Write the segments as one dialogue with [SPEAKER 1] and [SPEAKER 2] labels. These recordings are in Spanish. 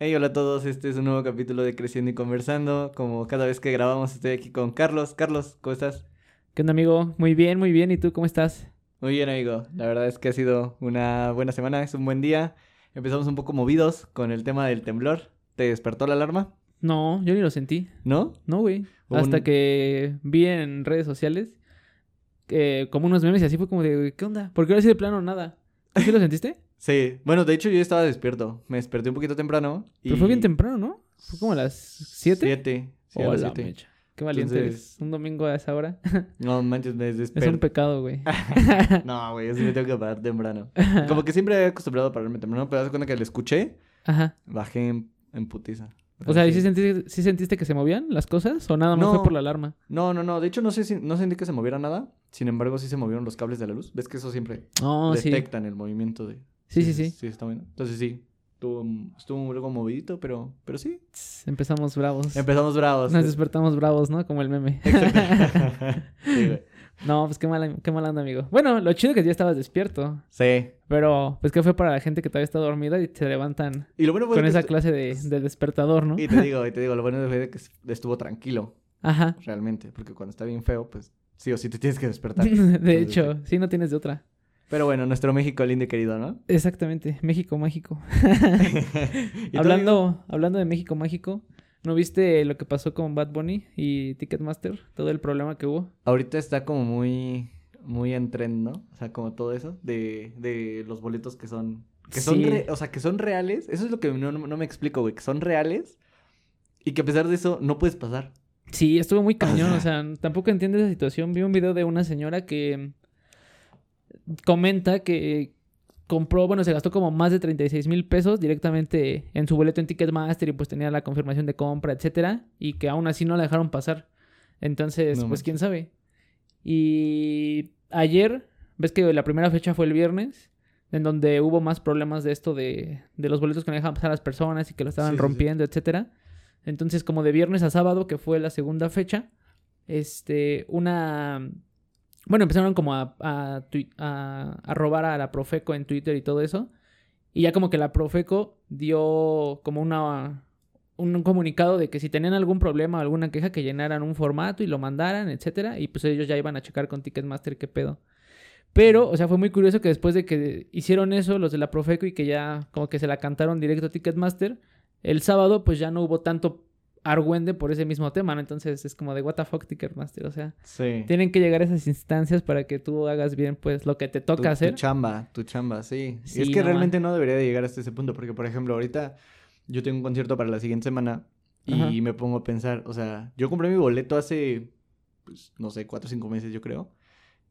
[SPEAKER 1] Hey, hola a todos, este es un nuevo capítulo de Creciendo y Conversando. Como cada vez que grabamos estoy aquí con Carlos. Carlos, ¿cómo estás?
[SPEAKER 2] ¿Qué onda, amigo? Muy bien, muy bien. ¿Y tú cómo estás?
[SPEAKER 1] Muy bien, amigo. La verdad es que ha sido una buena semana, es un buen día. Empezamos un poco movidos con el tema del temblor. ¿Te despertó la alarma?
[SPEAKER 2] No, yo ni lo sentí.
[SPEAKER 1] ¿No?
[SPEAKER 2] No, güey.
[SPEAKER 1] Hubo
[SPEAKER 2] Hasta
[SPEAKER 1] un-
[SPEAKER 2] que vi en redes sociales eh, como unos memes y así fue como de, güey, ¿qué onda? Porque ahora sí de plano nada. ¿Tú sí lo sentiste?
[SPEAKER 1] Sí. Bueno, de hecho yo estaba despierto. Me desperté un poquito temprano. Y...
[SPEAKER 2] Pero fue bien temprano, ¿no? Fue como a las 7.
[SPEAKER 1] Siete. Oh, Sí, a
[SPEAKER 2] Hola,
[SPEAKER 1] las siete.
[SPEAKER 2] mecha. Qué valiente
[SPEAKER 1] Entonces-
[SPEAKER 2] eres. Un domingo a esa hora.
[SPEAKER 1] No manches, me
[SPEAKER 2] es
[SPEAKER 1] desperté.
[SPEAKER 2] un pecado, güey.
[SPEAKER 1] no, güey, yo sí me tengo que parar temprano. Como que siempre he acostumbrado a pararme temprano, pero hace cuenta que le escuché,
[SPEAKER 2] Ajá.
[SPEAKER 1] bajé en, en putiza.
[SPEAKER 2] O sea, ¿y sí
[SPEAKER 1] Sí.
[SPEAKER 2] sentiste, sí sentiste que se movían las cosas o nada más
[SPEAKER 1] No.
[SPEAKER 2] fue por la alarma?
[SPEAKER 1] No, no, no. De hecho, no sé si no sentí que se moviera nada. Sin embargo, sí se movieron los cables de la luz. ¿Ves que eso siempre
[SPEAKER 2] No, Oh, sí.
[SPEAKER 1] detectan el movimiento de.
[SPEAKER 2] Sí, sí, sí.
[SPEAKER 1] Sí, está bueno. Entonces sí. Estuvo, estuvo algo movidito, pero, pero sí.
[SPEAKER 2] Tss, Empezamos bravos.
[SPEAKER 1] Empezamos bravos.
[SPEAKER 2] Nos despertamos bravos, ¿no? Como el meme.
[SPEAKER 1] Exacto. sí, güey.
[SPEAKER 2] No, pues qué mala, qué mala onda, amigo. Bueno, lo chido que ya estabas despierto.
[SPEAKER 1] Sí.
[SPEAKER 2] Pero, pues, ¿qué fue para la gente que todavía está dormida y se levantan
[SPEAKER 1] Y lo bueno fue
[SPEAKER 2] con
[SPEAKER 1] que
[SPEAKER 2] esa
[SPEAKER 1] estu-
[SPEAKER 2] clase de, de despertador, ¿no?
[SPEAKER 1] Pues, Y te digo, y te digo, lo bueno fue que estuvo tranquilo,
[SPEAKER 2] Ajá.
[SPEAKER 1] realmente. Porque cuando está bien feo, pues sí o sí te tienes que despertar.
[SPEAKER 2] De
[SPEAKER 1] Entonces,
[SPEAKER 2] hecho, sí, no tienes de otra.
[SPEAKER 1] Pero bueno, nuestro México lindo y querido, ¿no?
[SPEAKER 2] Exactamente, México mágico.
[SPEAKER 1] ¿Y tú, amigo?
[SPEAKER 2] hablando, hablando de México mágico, ¿no viste lo que pasó con Bad Bunny y Ticketmaster? Todo el problema que hubo.
[SPEAKER 1] Ahorita está como muy, muy en tren, ¿no? O sea, como todo eso de, de los boletos que son, que son,
[SPEAKER 2] Sí.
[SPEAKER 1] re- o sea, que son reales. Eso es lo que no, no- no me explico, güey, que son reales y que a pesar de eso no puedes pasar.
[SPEAKER 2] Sí, estuvo muy cañón, o sea, tampoco entiendo esa situación. Vi un video de una señora que mm, comenta que compró, bueno, se gastó como más de 36 mil pesos directamente en su boleto en Ticketmaster y pues tenía la confirmación de compra, etcétera, y que aún así no la dejaron pasar. Entonces,
[SPEAKER 1] No
[SPEAKER 2] pues
[SPEAKER 1] manches.
[SPEAKER 2] quién sabe. Y ayer, ves que la primera fecha fue el viernes, en donde hubo más problemas de esto de, de los boletos que no dejaban pasar a las personas y que lo estaban
[SPEAKER 1] Sí, sí, sí.
[SPEAKER 2] rompiendo, etcétera. Entonces, como de viernes a sábado, que fue la segunda fecha, este, una... Bueno, empezaron como a, a tui- a- a robar a la Profeco en Twitter y todo eso. Y ya como que la Profeco dio como una un comunicado de que si tenían algún problema o alguna queja que llenaran un formato y lo mandaran, etcétera, y pues ellos ya iban a checar con Ticketmaster qué pedo. Pero, o sea, fue muy curioso que después de que hicieron eso los de la Profeco y que ya como que se la cantaron directo a Ticketmaster, el sábado pues ya no hubo tanto argüende por ese mismo tema, ¿no? Entonces es como de what the fuck Ticketmaster, o sea,
[SPEAKER 1] Sí.
[SPEAKER 2] tienen que llegar a esas instancias para que tú hagas bien pues lo que te
[SPEAKER 1] tu,
[SPEAKER 2] toca
[SPEAKER 1] tu
[SPEAKER 2] hacer.
[SPEAKER 1] chamba, tu chamba, sí. Y
[SPEAKER 2] Sí,
[SPEAKER 1] es
[SPEAKER 2] no
[SPEAKER 1] que
[SPEAKER 2] man-
[SPEAKER 1] realmente no debería de llegar hasta ese punto, porque por ejemplo, ahorita yo tengo un concierto para la siguiente semana y
[SPEAKER 2] Ajá.
[SPEAKER 1] me pongo a pensar, o sea, yo compré mi boleto hace, pues, no sé, cuatro o cinco meses yo creo,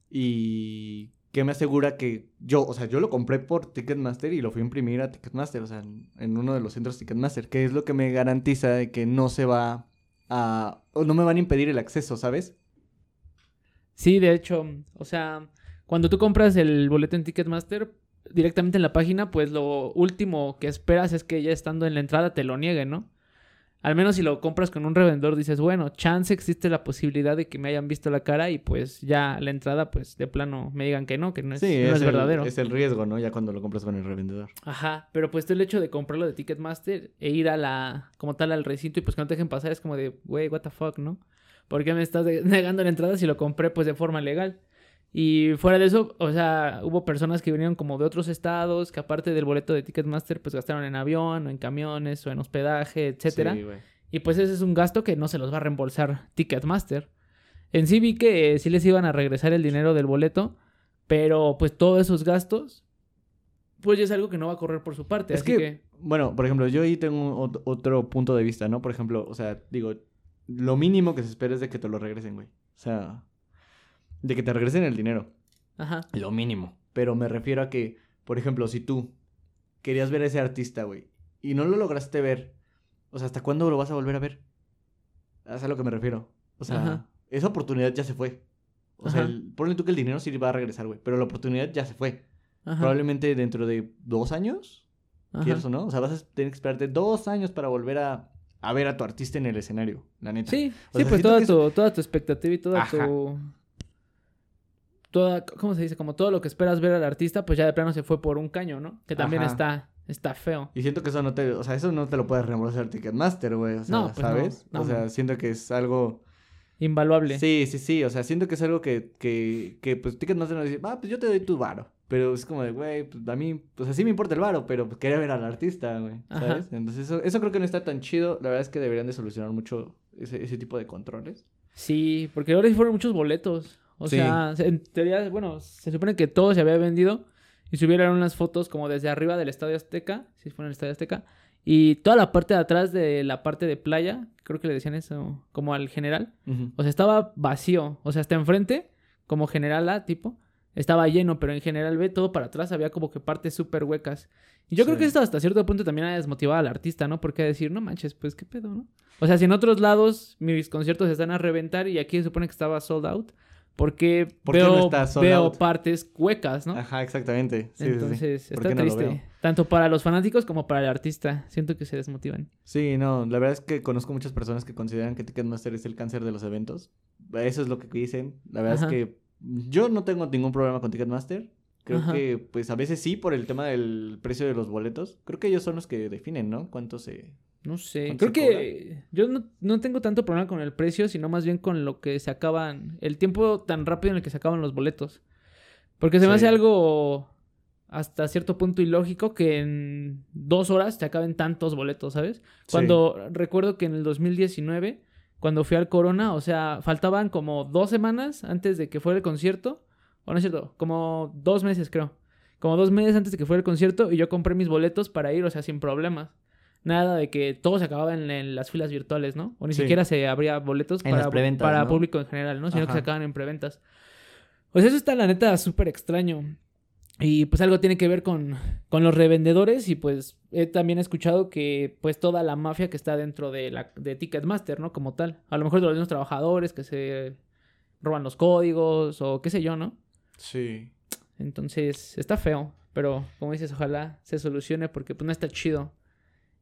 [SPEAKER 1] y que me asegura que yo, o sea, yo lo compré por Ticketmaster y lo fui a imprimir a Ticketmaster, o sea, en en uno de los centros Ticketmaster, que es lo que me garantiza de que no se va a, o no me van a impedir el acceso, ¿sabes?
[SPEAKER 2] Sí, de hecho, o sea, cuando tú compras el boleto en Ticketmaster directamente en la página, pues lo último que esperas es que ya estando en la entrada te lo nieguen, ¿no? Al menos si lo compras con un revendedor dices, bueno, chance existe la posibilidad de que me hayan visto la cara y pues ya a la entrada pues de plano me digan que no, que no es, no es
[SPEAKER 1] el-
[SPEAKER 2] verdadero.
[SPEAKER 1] es el riesgo, ¿no? Ya cuando lo compras con el revendedor.
[SPEAKER 2] Ajá, pero pues tú el hecho de comprarlo de Ticketmaster e ir a la, como tal, al recinto y pues que no te dejen pasar es como de, güey, what the fuck, ¿no? ¿Por qué me estás de- negando la entrada si lo compré pues de forma legal? Y fuera de eso, o sea, hubo personas que vinieron como de otros estados, que aparte del boleto de Ticketmaster, pues gastaron en avión, o en camiones, o en hospedaje, etcétera.
[SPEAKER 1] Sí, güey.
[SPEAKER 2] Y pues ese es un gasto que no se los va a reembolsar Ticketmaster. En sí vi que eh, sí les iban a regresar el dinero del boleto, pero pues todos esos gastos, pues ya es algo que no va a correr por su parte.
[SPEAKER 1] Es
[SPEAKER 2] así
[SPEAKER 1] que-
[SPEAKER 2] que...
[SPEAKER 1] Bueno, por ejemplo, yo ahí tengo ot- otro punto de vista, ¿no? Por ejemplo, o sea, digo, lo mínimo que se espera es de que te lo regresen, güey. O sea, de que te regresen el dinero.
[SPEAKER 2] Ajá.
[SPEAKER 1] Lo mínimo. Pero me refiero a que, por ejemplo, si tú querías ver a ese artista, güey, y no lo lograste ver, o sea, ¿hasta cuándo lo vas a volver a ver? Es a lo que me refiero. O sea,
[SPEAKER 2] Ajá.
[SPEAKER 1] esa oportunidad ya se fue. O sea,
[SPEAKER 2] Ajá.
[SPEAKER 1] el- ponle tú que el dinero sí va a regresar, güey, pero la oportunidad ya se fue.
[SPEAKER 2] Ajá.
[SPEAKER 1] Probablemente dentro de dos años,
[SPEAKER 2] ajá.
[SPEAKER 1] quieres o no. O sea, vas a tener que esperarte dos años para volver a, a ver a tu artista en el escenario, la neta. O
[SPEAKER 2] Sí, sí,
[SPEAKER 1] sea,
[SPEAKER 2] pues
[SPEAKER 1] siento
[SPEAKER 2] toda
[SPEAKER 1] que es-
[SPEAKER 2] tu, toda tu expectativa y toda
[SPEAKER 1] Ajá.
[SPEAKER 2] tu... Toda, ¿Cómo se dice? Como todo lo que esperas ver al artista, pues ya de plano se fue por un caño, ¿no? Que también
[SPEAKER 1] Ajá.
[SPEAKER 2] está Está feo.
[SPEAKER 1] Y siento que eso no te, o sea, eso no te lo puedes reembolsar Ticketmaster, güey, o sea,
[SPEAKER 2] No, pues no,
[SPEAKER 1] ¿sabes?
[SPEAKER 2] no,
[SPEAKER 1] o sea,
[SPEAKER 2] no.
[SPEAKER 1] siento que es algo...
[SPEAKER 2] Invaluable.
[SPEAKER 1] Sí, sí, sí, o sea, siento que es algo que, que, que pues Ticketmaster nos dice, ah, pues yo te doy tu varo. Pero es como de, güey, pues a mí, pues así me importa el varo, pero pues, quería ver al artista, güey,
[SPEAKER 2] Ajá.
[SPEAKER 1] ¿sabes? Entonces eso, eso creo que no está tan chido, la verdad es que deberían de solucionar mucho ese, ese tipo de controles.
[SPEAKER 2] Sí, porque ahora sí fueron muchos boletos. O
[SPEAKER 1] Sí.
[SPEAKER 2] sea, se- en teoría, bueno, se supone que todo se había vendido y subieron unas fotos como desde arriba del Estadio Azteca, si fue en el Estadio Azteca, y toda la parte de atrás de la parte de playa, creo que le decían eso, como al general.
[SPEAKER 1] Ujú.
[SPEAKER 2] O sea, estaba vacío. O sea, hasta enfrente, como general A, tipo, estaba lleno, pero en general B, todo para atrás, había como que partes súper huecas. Y yo creo
[SPEAKER 1] Sí.
[SPEAKER 2] que esto hasta cierto punto también ha desmotivado al artista, ¿no? Porque decir, no manches, pues qué pedo, ¿no? O sea, si en otros lados mis conciertos están a reventar y aquí se supone que estaba sold out, ¿por qué,
[SPEAKER 1] ¿Por qué
[SPEAKER 2] veo,
[SPEAKER 1] no está sold
[SPEAKER 2] veo
[SPEAKER 1] out?
[SPEAKER 2] partes huecas, ¿no?
[SPEAKER 1] Ajá, exactamente. Sí, sí, sí.
[SPEAKER 2] Entonces,
[SPEAKER 1] ¿Por
[SPEAKER 2] está
[SPEAKER 1] qué no lo
[SPEAKER 2] triste.
[SPEAKER 1] veo?
[SPEAKER 2] Tanto para los fanáticos como para el artista. Siento que se desmotivan.
[SPEAKER 1] Sí, no, la verdad es que conozco muchas personas que consideran que Ticketmaster es el cáncer de los eventos. Eso es lo que dicen. La verdad
[SPEAKER 2] Ajá.
[SPEAKER 1] es que yo no tengo ningún problema con Ticketmaster. Creo
[SPEAKER 2] Ajá.
[SPEAKER 1] que, pues a veces sí, por el tema del precio de los boletos. Creo que ellos son los que definen, ¿no? Cuánto se.
[SPEAKER 2] No sé,
[SPEAKER 1] ¿Cuánto
[SPEAKER 2] creo
[SPEAKER 1] se
[SPEAKER 2] que yo no, no tengo tanto problema con el precio, sino más bien con lo que se acaban, el tiempo tan rápido en el que se acaban los boletos. Porque se me
[SPEAKER 1] Sí.
[SPEAKER 2] hace algo hasta cierto punto ilógico que en dos horas te acaben tantos boletos, ¿sabes? Cuando recuerdo que en el 2019, cuando fui al Corona, o sea, faltaban como dos semanas antes de que fuera el concierto, o no es cierto, como dos meses creo, como dos meses antes de que fuera el concierto y yo compré mis boletos para ir, o sea, sin problemas. Nada de que todo se acababa en, en las filas virtuales, ¿no? O ni
[SPEAKER 1] Sí.
[SPEAKER 2] siquiera se abría boletos
[SPEAKER 1] En
[SPEAKER 2] para,
[SPEAKER 1] las preventas,
[SPEAKER 2] para
[SPEAKER 1] ¿no?
[SPEAKER 2] público en general, ¿no? Sino que
[SPEAKER 1] Ajá.
[SPEAKER 2] se acaban en preventas. Pues eso está, la neta, súper extraño. Y pues algo tiene que ver con, con los revendedores y pues he también escuchado que pues toda la mafia que está dentro de, la, de Ticketmaster, ¿no? Como tal. A lo mejor de los mismos trabajadores que se roban los códigos o qué sé yo, ¿no?
[SPEAKER 1] Sí.
[SPEAKER 2] Entonces está feo, pero como dices, ojalá se solucione porque pues no está chido.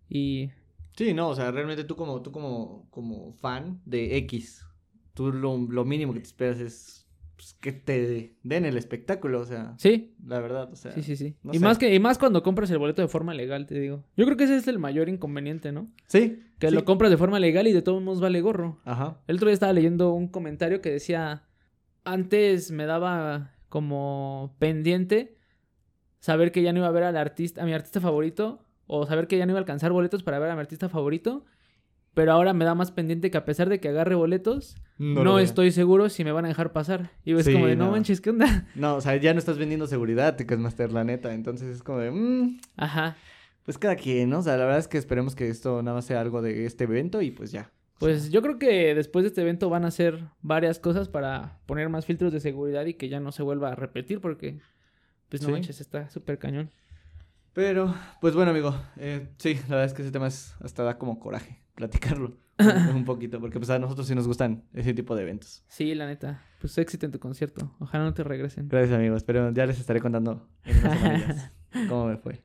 [SPEAKER 2] Y
[SPEAKER 1] Sí, no, o sea, realmente tú como, tú como, como fan de X, tú lo, lo mínimo que te esperas es pues, que te den el espectáculo, o sea,
[SPEAKER 2] sí,
[SPEAKER 1] la verdad, o sea.
[SPEAKER 2] sí, sí, sí.
[SPEAKER 1] Eh, no
[SPEAKER 2] y,
[SPEAKER 1] sé.
[SPEAKER 2] más que, y más cuando compras el boleto de forma legal, te digo. Yo creo que ese es el mayor inconveniente, ¿no?
[SPEAKER 1] Sí.
[SPEAKER 2] Que
[SPEAKER 1] sí.
[SPEAKER 2] lo compras de forma legal y de todos modos vale gorro.
[SPEAKER 1] Ajá.
[SPEAKER 2] El otro día estaba leyendo un comentario que decía, antes me daba como pendiente saber que ya no iba a ver al artista, a mi artista favorito, o saber que ya no iba a alcanzar boletos para ver a mi artista favorito, pero ahora me da más pendiente que a pesar de que agarre boletos, no,
[SPEAKER 1] lo veo.
[SPEAKER 2] estoy seguro si me van a dejar pasar. Y es
[SPEAKER 1] Sí,
[SPEAKER 2] como de, no
[SPEAKER 1] no.
[SPEAKER 2] manches, ¿qué onda?
[SPEAKER 1] No, o sea, ya no estás vendiendo seguridad, Ticketmaster, la neta. Entonces es como de, mm,
[SPEAKER 2] Ajá,
[SPEAKER 1] pues cada quien, ¿no? O sea, la verdad es que esperemos que esto nada más sea algo de este evento y pues ya.
[SPEAKER 2] pues yo creo que después de este evento van a hacer varias cosas para poner más filtros de seguridad y que ya no se vuelva a repetir porque, pues no
[SPEAKER 1] Sí.
[SPEAKER 2] manches, está súper cañón.
[SPEAKER 1] Pero, pues bueno, amigo, eh, sí, la verdad es que ese tema es, hasta da como coraje platicarlo un, un poquito, porque pues a nosotros sí nos gustan ese tipo de eventos.
[SPEAKER 2] Sí, la neta. Pues éxito en tu concierto. Ojalá no te regresen.
[SPEAKER 1] Gracias, amigos. Pero ya les estaré contando en unas semanillas cómo me fue.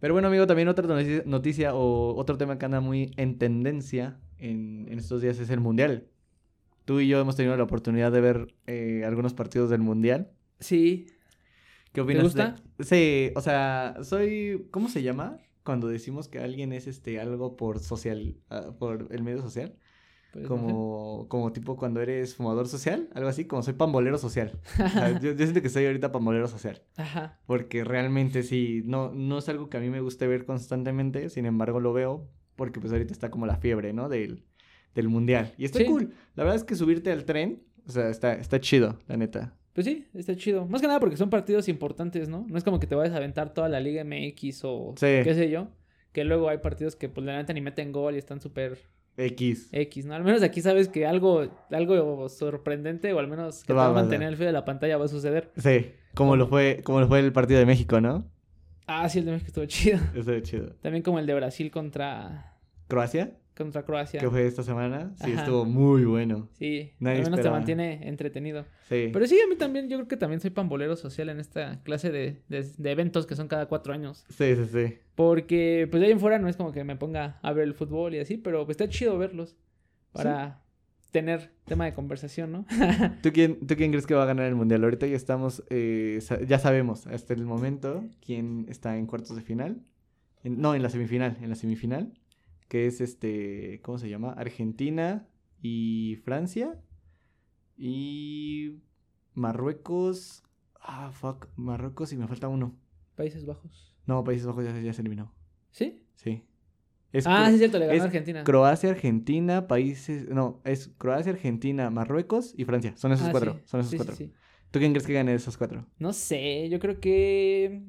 [SPEAKER 1] Pero bueno, amigo, también otra noticia- noticia o otro tema que anda muy en tendencia en, en estos días es el Mundial. Tú y yo hemos tenido la oportunidad de ver eh, algunos partidos del Mundial.
[SPEAKER 2] Sí.
[SPEAKER 1] ¿Qué opinas? de-
[SPEAKER 2] gusta?
[SPEAKER 1] Sí, o sea, soy... ¿Cómo se llama? Cuando decimos que alguien es este algo por social, ah, por el medio social,
[SPEAKER 2] pues, no
[SPEAKER 1] como, como tipo cuando eres fumador social, algo así, como soy pambolero social. O sea, yo, yo siento que soy ahorita pambolero social.
[SPEAKER 2] sé. Ajá.
[SPEAKER 1] Porque realmente sí, no, no es algo que a mí me guste ver constantemente, sin embargo lo veo, porque pues ahorita está como la fiebre, ¿no? Del, del mundial. Y está
[SPEAKER 2] Sí.
[SPEAKER 1] cool. La verdad es que subirte al tren, o sea, está, está chido, la neta.
[SPEAKER 2] Pues sí, está chido. Más que nada porque son partidos importantes, ¿no? No es como que te vayas a aventar toda la Liga MX o
[SPEAKER 1] Sí.
[SPEAKER 2] qué sé yo. Que luego hay partidos que pues la neta ni meten gol y están súper
[SPEAKER 1] X.
[SPEAKER 2] X, ¿no? Al menos aquí sabes que algo, algo sorprendente o al menos que te
[SPEAKER 1] Va
[SPEAKER 2] va
[SPEAKER 1] a
[SPEAKER 2] a
[SPEAKER 1] pasar.
[SPEAKER 2] mantener el feo de la pantalla va a suceder.
[SPEAKER 1] Sí, como lo fue, como lo fue el partido de México, ¿no?
[SPEAKER 2] Ah, sí, el de México estuvo chido.
[SPEAKER 1] Eso es chido.
[SPEAKER 2] También como el de Brasil contra,
[SPEAKER 1] Croacia,
[SPEAKER 2] contra Croacia.
[SPEAKER 1] que fue esta semana, sí,
[SPEAKER 2] Ajá.
[SPEAKER 1] estuvo muy bueno.
[SPEAKER 2] Sí,
[SPEAKER 1] Nadie
[SPEAKER 2] al menos te
[SPEAKER 1] esperaba.
[SPEAKER 2] mantiene entretenido.
[SPEAKER 1] Sí.
[SPEAKER 2] Pero sí, a mí también, yo creo que también soy pambolero social en esta clase de, de- de eventos que son cada cuatro años.
[SPEAKER 1] Sí, sí, sí.
[SPEAKER 2] Porque, pues de ahí en fuera no es como que me ponga a ver el fútbol y así, pero pues, está chido verlos para tener tema de conversación, ¿no?
[SPEAKER 1] ¿Tú quién, ¿Tú quién crees que va a ganar el mundial? Ahorita ya estamos, eh, sa- ya sabemos hasta el momento quién está en cuartos de final. En- no, en la semifinal, en la semifinal, que es este, ¿cómo se llama? Argentina y Francia y Marruecos. Ah, fuck, Marruecos y me falta uno.
[SPEAKER 2] Países Bajos.
[SPEAKER 1] No, Países Bajos ya, se- ya se eliminó.
[SPEAKER 2] ¿Sí?
[SPEAKER 1] Sí. Es
[SPEAKER 2] ah,
[SPEAKER 1] Cro-
[SPEAKER 2] sí, es cierto, le ganó
[SPEAKER 1] es
[SPEAKER 2] a Argentina.
[SPEAKER 1] Croacia, Argentina, países, no, es Croacia, Argentina, Marruecos y Francia. Son esos
[SPEAKER 2] Ah,
[SPEAKER 1] cuatro,
[SPEAKER 2] sí.
[SPEAKER 1] son esos
[SPEAKER 2] Sí, sí,
[SPEAKER 1] cuatro.
[SPEAKER 2] sí.
[SPEAKER 1] ¿Tú quién crees que gane de esos cuatro?
[SPEAKER 2] No sé, yo creo que.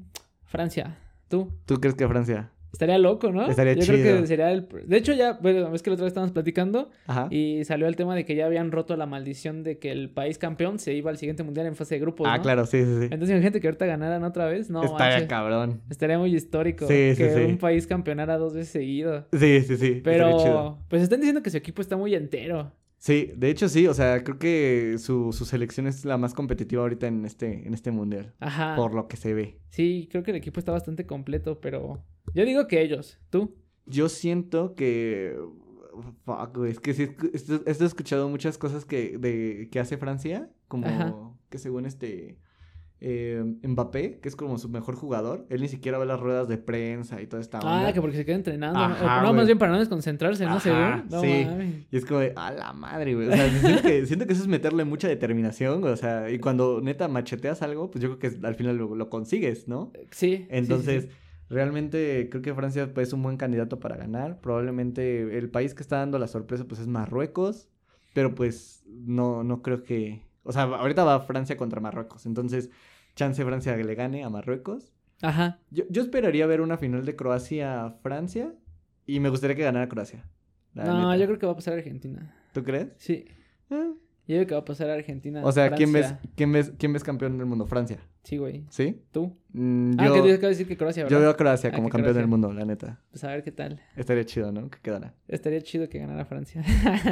[SPEAKER 2] Francia. Tú.
[SPEAKER 1] ¿Tú crees que Francia?
[SPEAKER 2] Estaría loco, ¿no?
[SPEAKER 1] Estaría
[SPEAKER 2] yo creo que
[SPEAKER 1] chido.
[SPEAKER 2] sería el. De hecho, ya, bueno, es que la otra vez estábamos platicando
[SPEAKER 1] Ajá.
[SPEAKER 2] y salió el tema de que ya habían roto la maldición de que el país campeón se iba al siguiente mundial en fase de grupos.
[SPEAKER 1] ah,
[SPEAKER 2] pues, ¿no?
[SPEAKER 1] claro, sí, sí, sí.
[SPEAKER 2] Entonces, imagínate que ahorita ganaran otra vez. No,
[SPEAKER 1] Estaría
[SPEAKER 2] manches,
[SPEAKER 1] cabrón.
[SPEAKER 2] estaría muy histórico
[SPEAKER 1] Sí, sí,
[SPEAKER 2] que
[SPEAKER 1] sí.
[SPEAKER 2] un país campeonara dos veces seguido.
[SPEAKER 1] Sí, sí, sí. estaría chido.
[SPEAKER 2] Pero, pues están diciendo que su equipo está muy entero.
[SPEAKER 1] Sí, de hecho sí, o sea, creo que su, su selección es la más competitiva ahorita en este, en este mundial,
[SPEAKER 2] Ajá.
[SPEAKER 1] por lo que se ve.
[SPEAKER 2] Sí, creo que el equipo está bastante completo, pero yo digo que ellos. ¿Tú?
[SPEAKER 1] Yo siento que... Fuck, güey, es que sí, esto, esto he escuchado muchas cosas que, de, que hace Francia, como
[SPEAKER 2] Ajá.
[SPEAKER 1] que según este... eh, Mbappé, que es como su mejor jugador, él ni siquiera ve las ruedas de prensa y toda esta onda.
[SPEAKER 2] Ah, que porque se queda entrenando. ¿no?
[SPEAKER 1] Ajá,
[SPEAKER 2] O- no, más
[SPEAKER 1] güey.
[SPEAKER 2] bien para no desconcentrarse, ¿no?
[SPEAKER 1] Ajá,
[SPEAKER 2] Según. No,
[SPEAKER 1] sí.
[SPEAKER 2] mames.
[SPEAKER 1] Y es como de, a la madre, güey. O sea, siento que, siento que eso es meterle mucha determinación, güey. O sea, y cuando neta macheteas algo, pues yo creo que al final lo, lo consigues, ¿no?
[SPEAKER 2] Sí, Sí. sí,
[SPEAKER 1] Entonces,
[SPEAKER 2] sí.
[SPEAKER 1] realmente creo que Francia pues, es un buen candidato para ganar. Probablemente el país que está dando la sorpresa pues es Marruecos, pero pues no, no creo que... O sea, ahorita va Francia contra Marruecos, entonces chance Francia que le gane a Marruecos.
[SPEAKER 2] Ajá.
[SPEAKER 1] Yo, yo esperaría ver una final de Croacia-Francia y me gustaría que ganara Croacia. la
[SPEAKER 2] No,
[SPEAKER 1] neta.
[SPEAKER 2] yo creo que va a pasar Argentina.
[SPEAKER 1] ¿Tú crees?
[SPEAKER 2] Sí.
[SPEAKER 1] Eh.
[SPEAKER 2] Yo digo que va a pasar Argentina.
[SPEAKER 1] O sea, ¿quién ves,
[SPEAKER 2] Francia.
[SPEAKER 1] quién, ves, ¿quién ves campeón del mundo? Francia,
[SPEAKER 2] Sí, güey.
[SPEAKER 1] ¿sí?
[SPEAKER 2] ¿Tú?
[SPEAKER 1] Mm,
[SPEAKER 2] Ah, que
[SPEAKER 1] yo,
[SPEAKER 2] te acabo de decir que Croacia,
[SPEAKER 1] yo
[SPEAKER 2] ¿verdad?
[SPEAKER 1] veo a Croacia
[SPEAKER 2] Ah,
[SPEAKER 1] como
[SPEAKER 2] que
[SPEAKER 1] campeón del
[SPEAKER 2] Croacia.
[SPEAKER 1] mundo, la neta.
[SPEAKER 2] Pues a ver qué tal.
[SPEAKER 1] Estaría chido, ¿no? Que quedara.
[SPEAKER 2] Estaría chido que ganara Francia.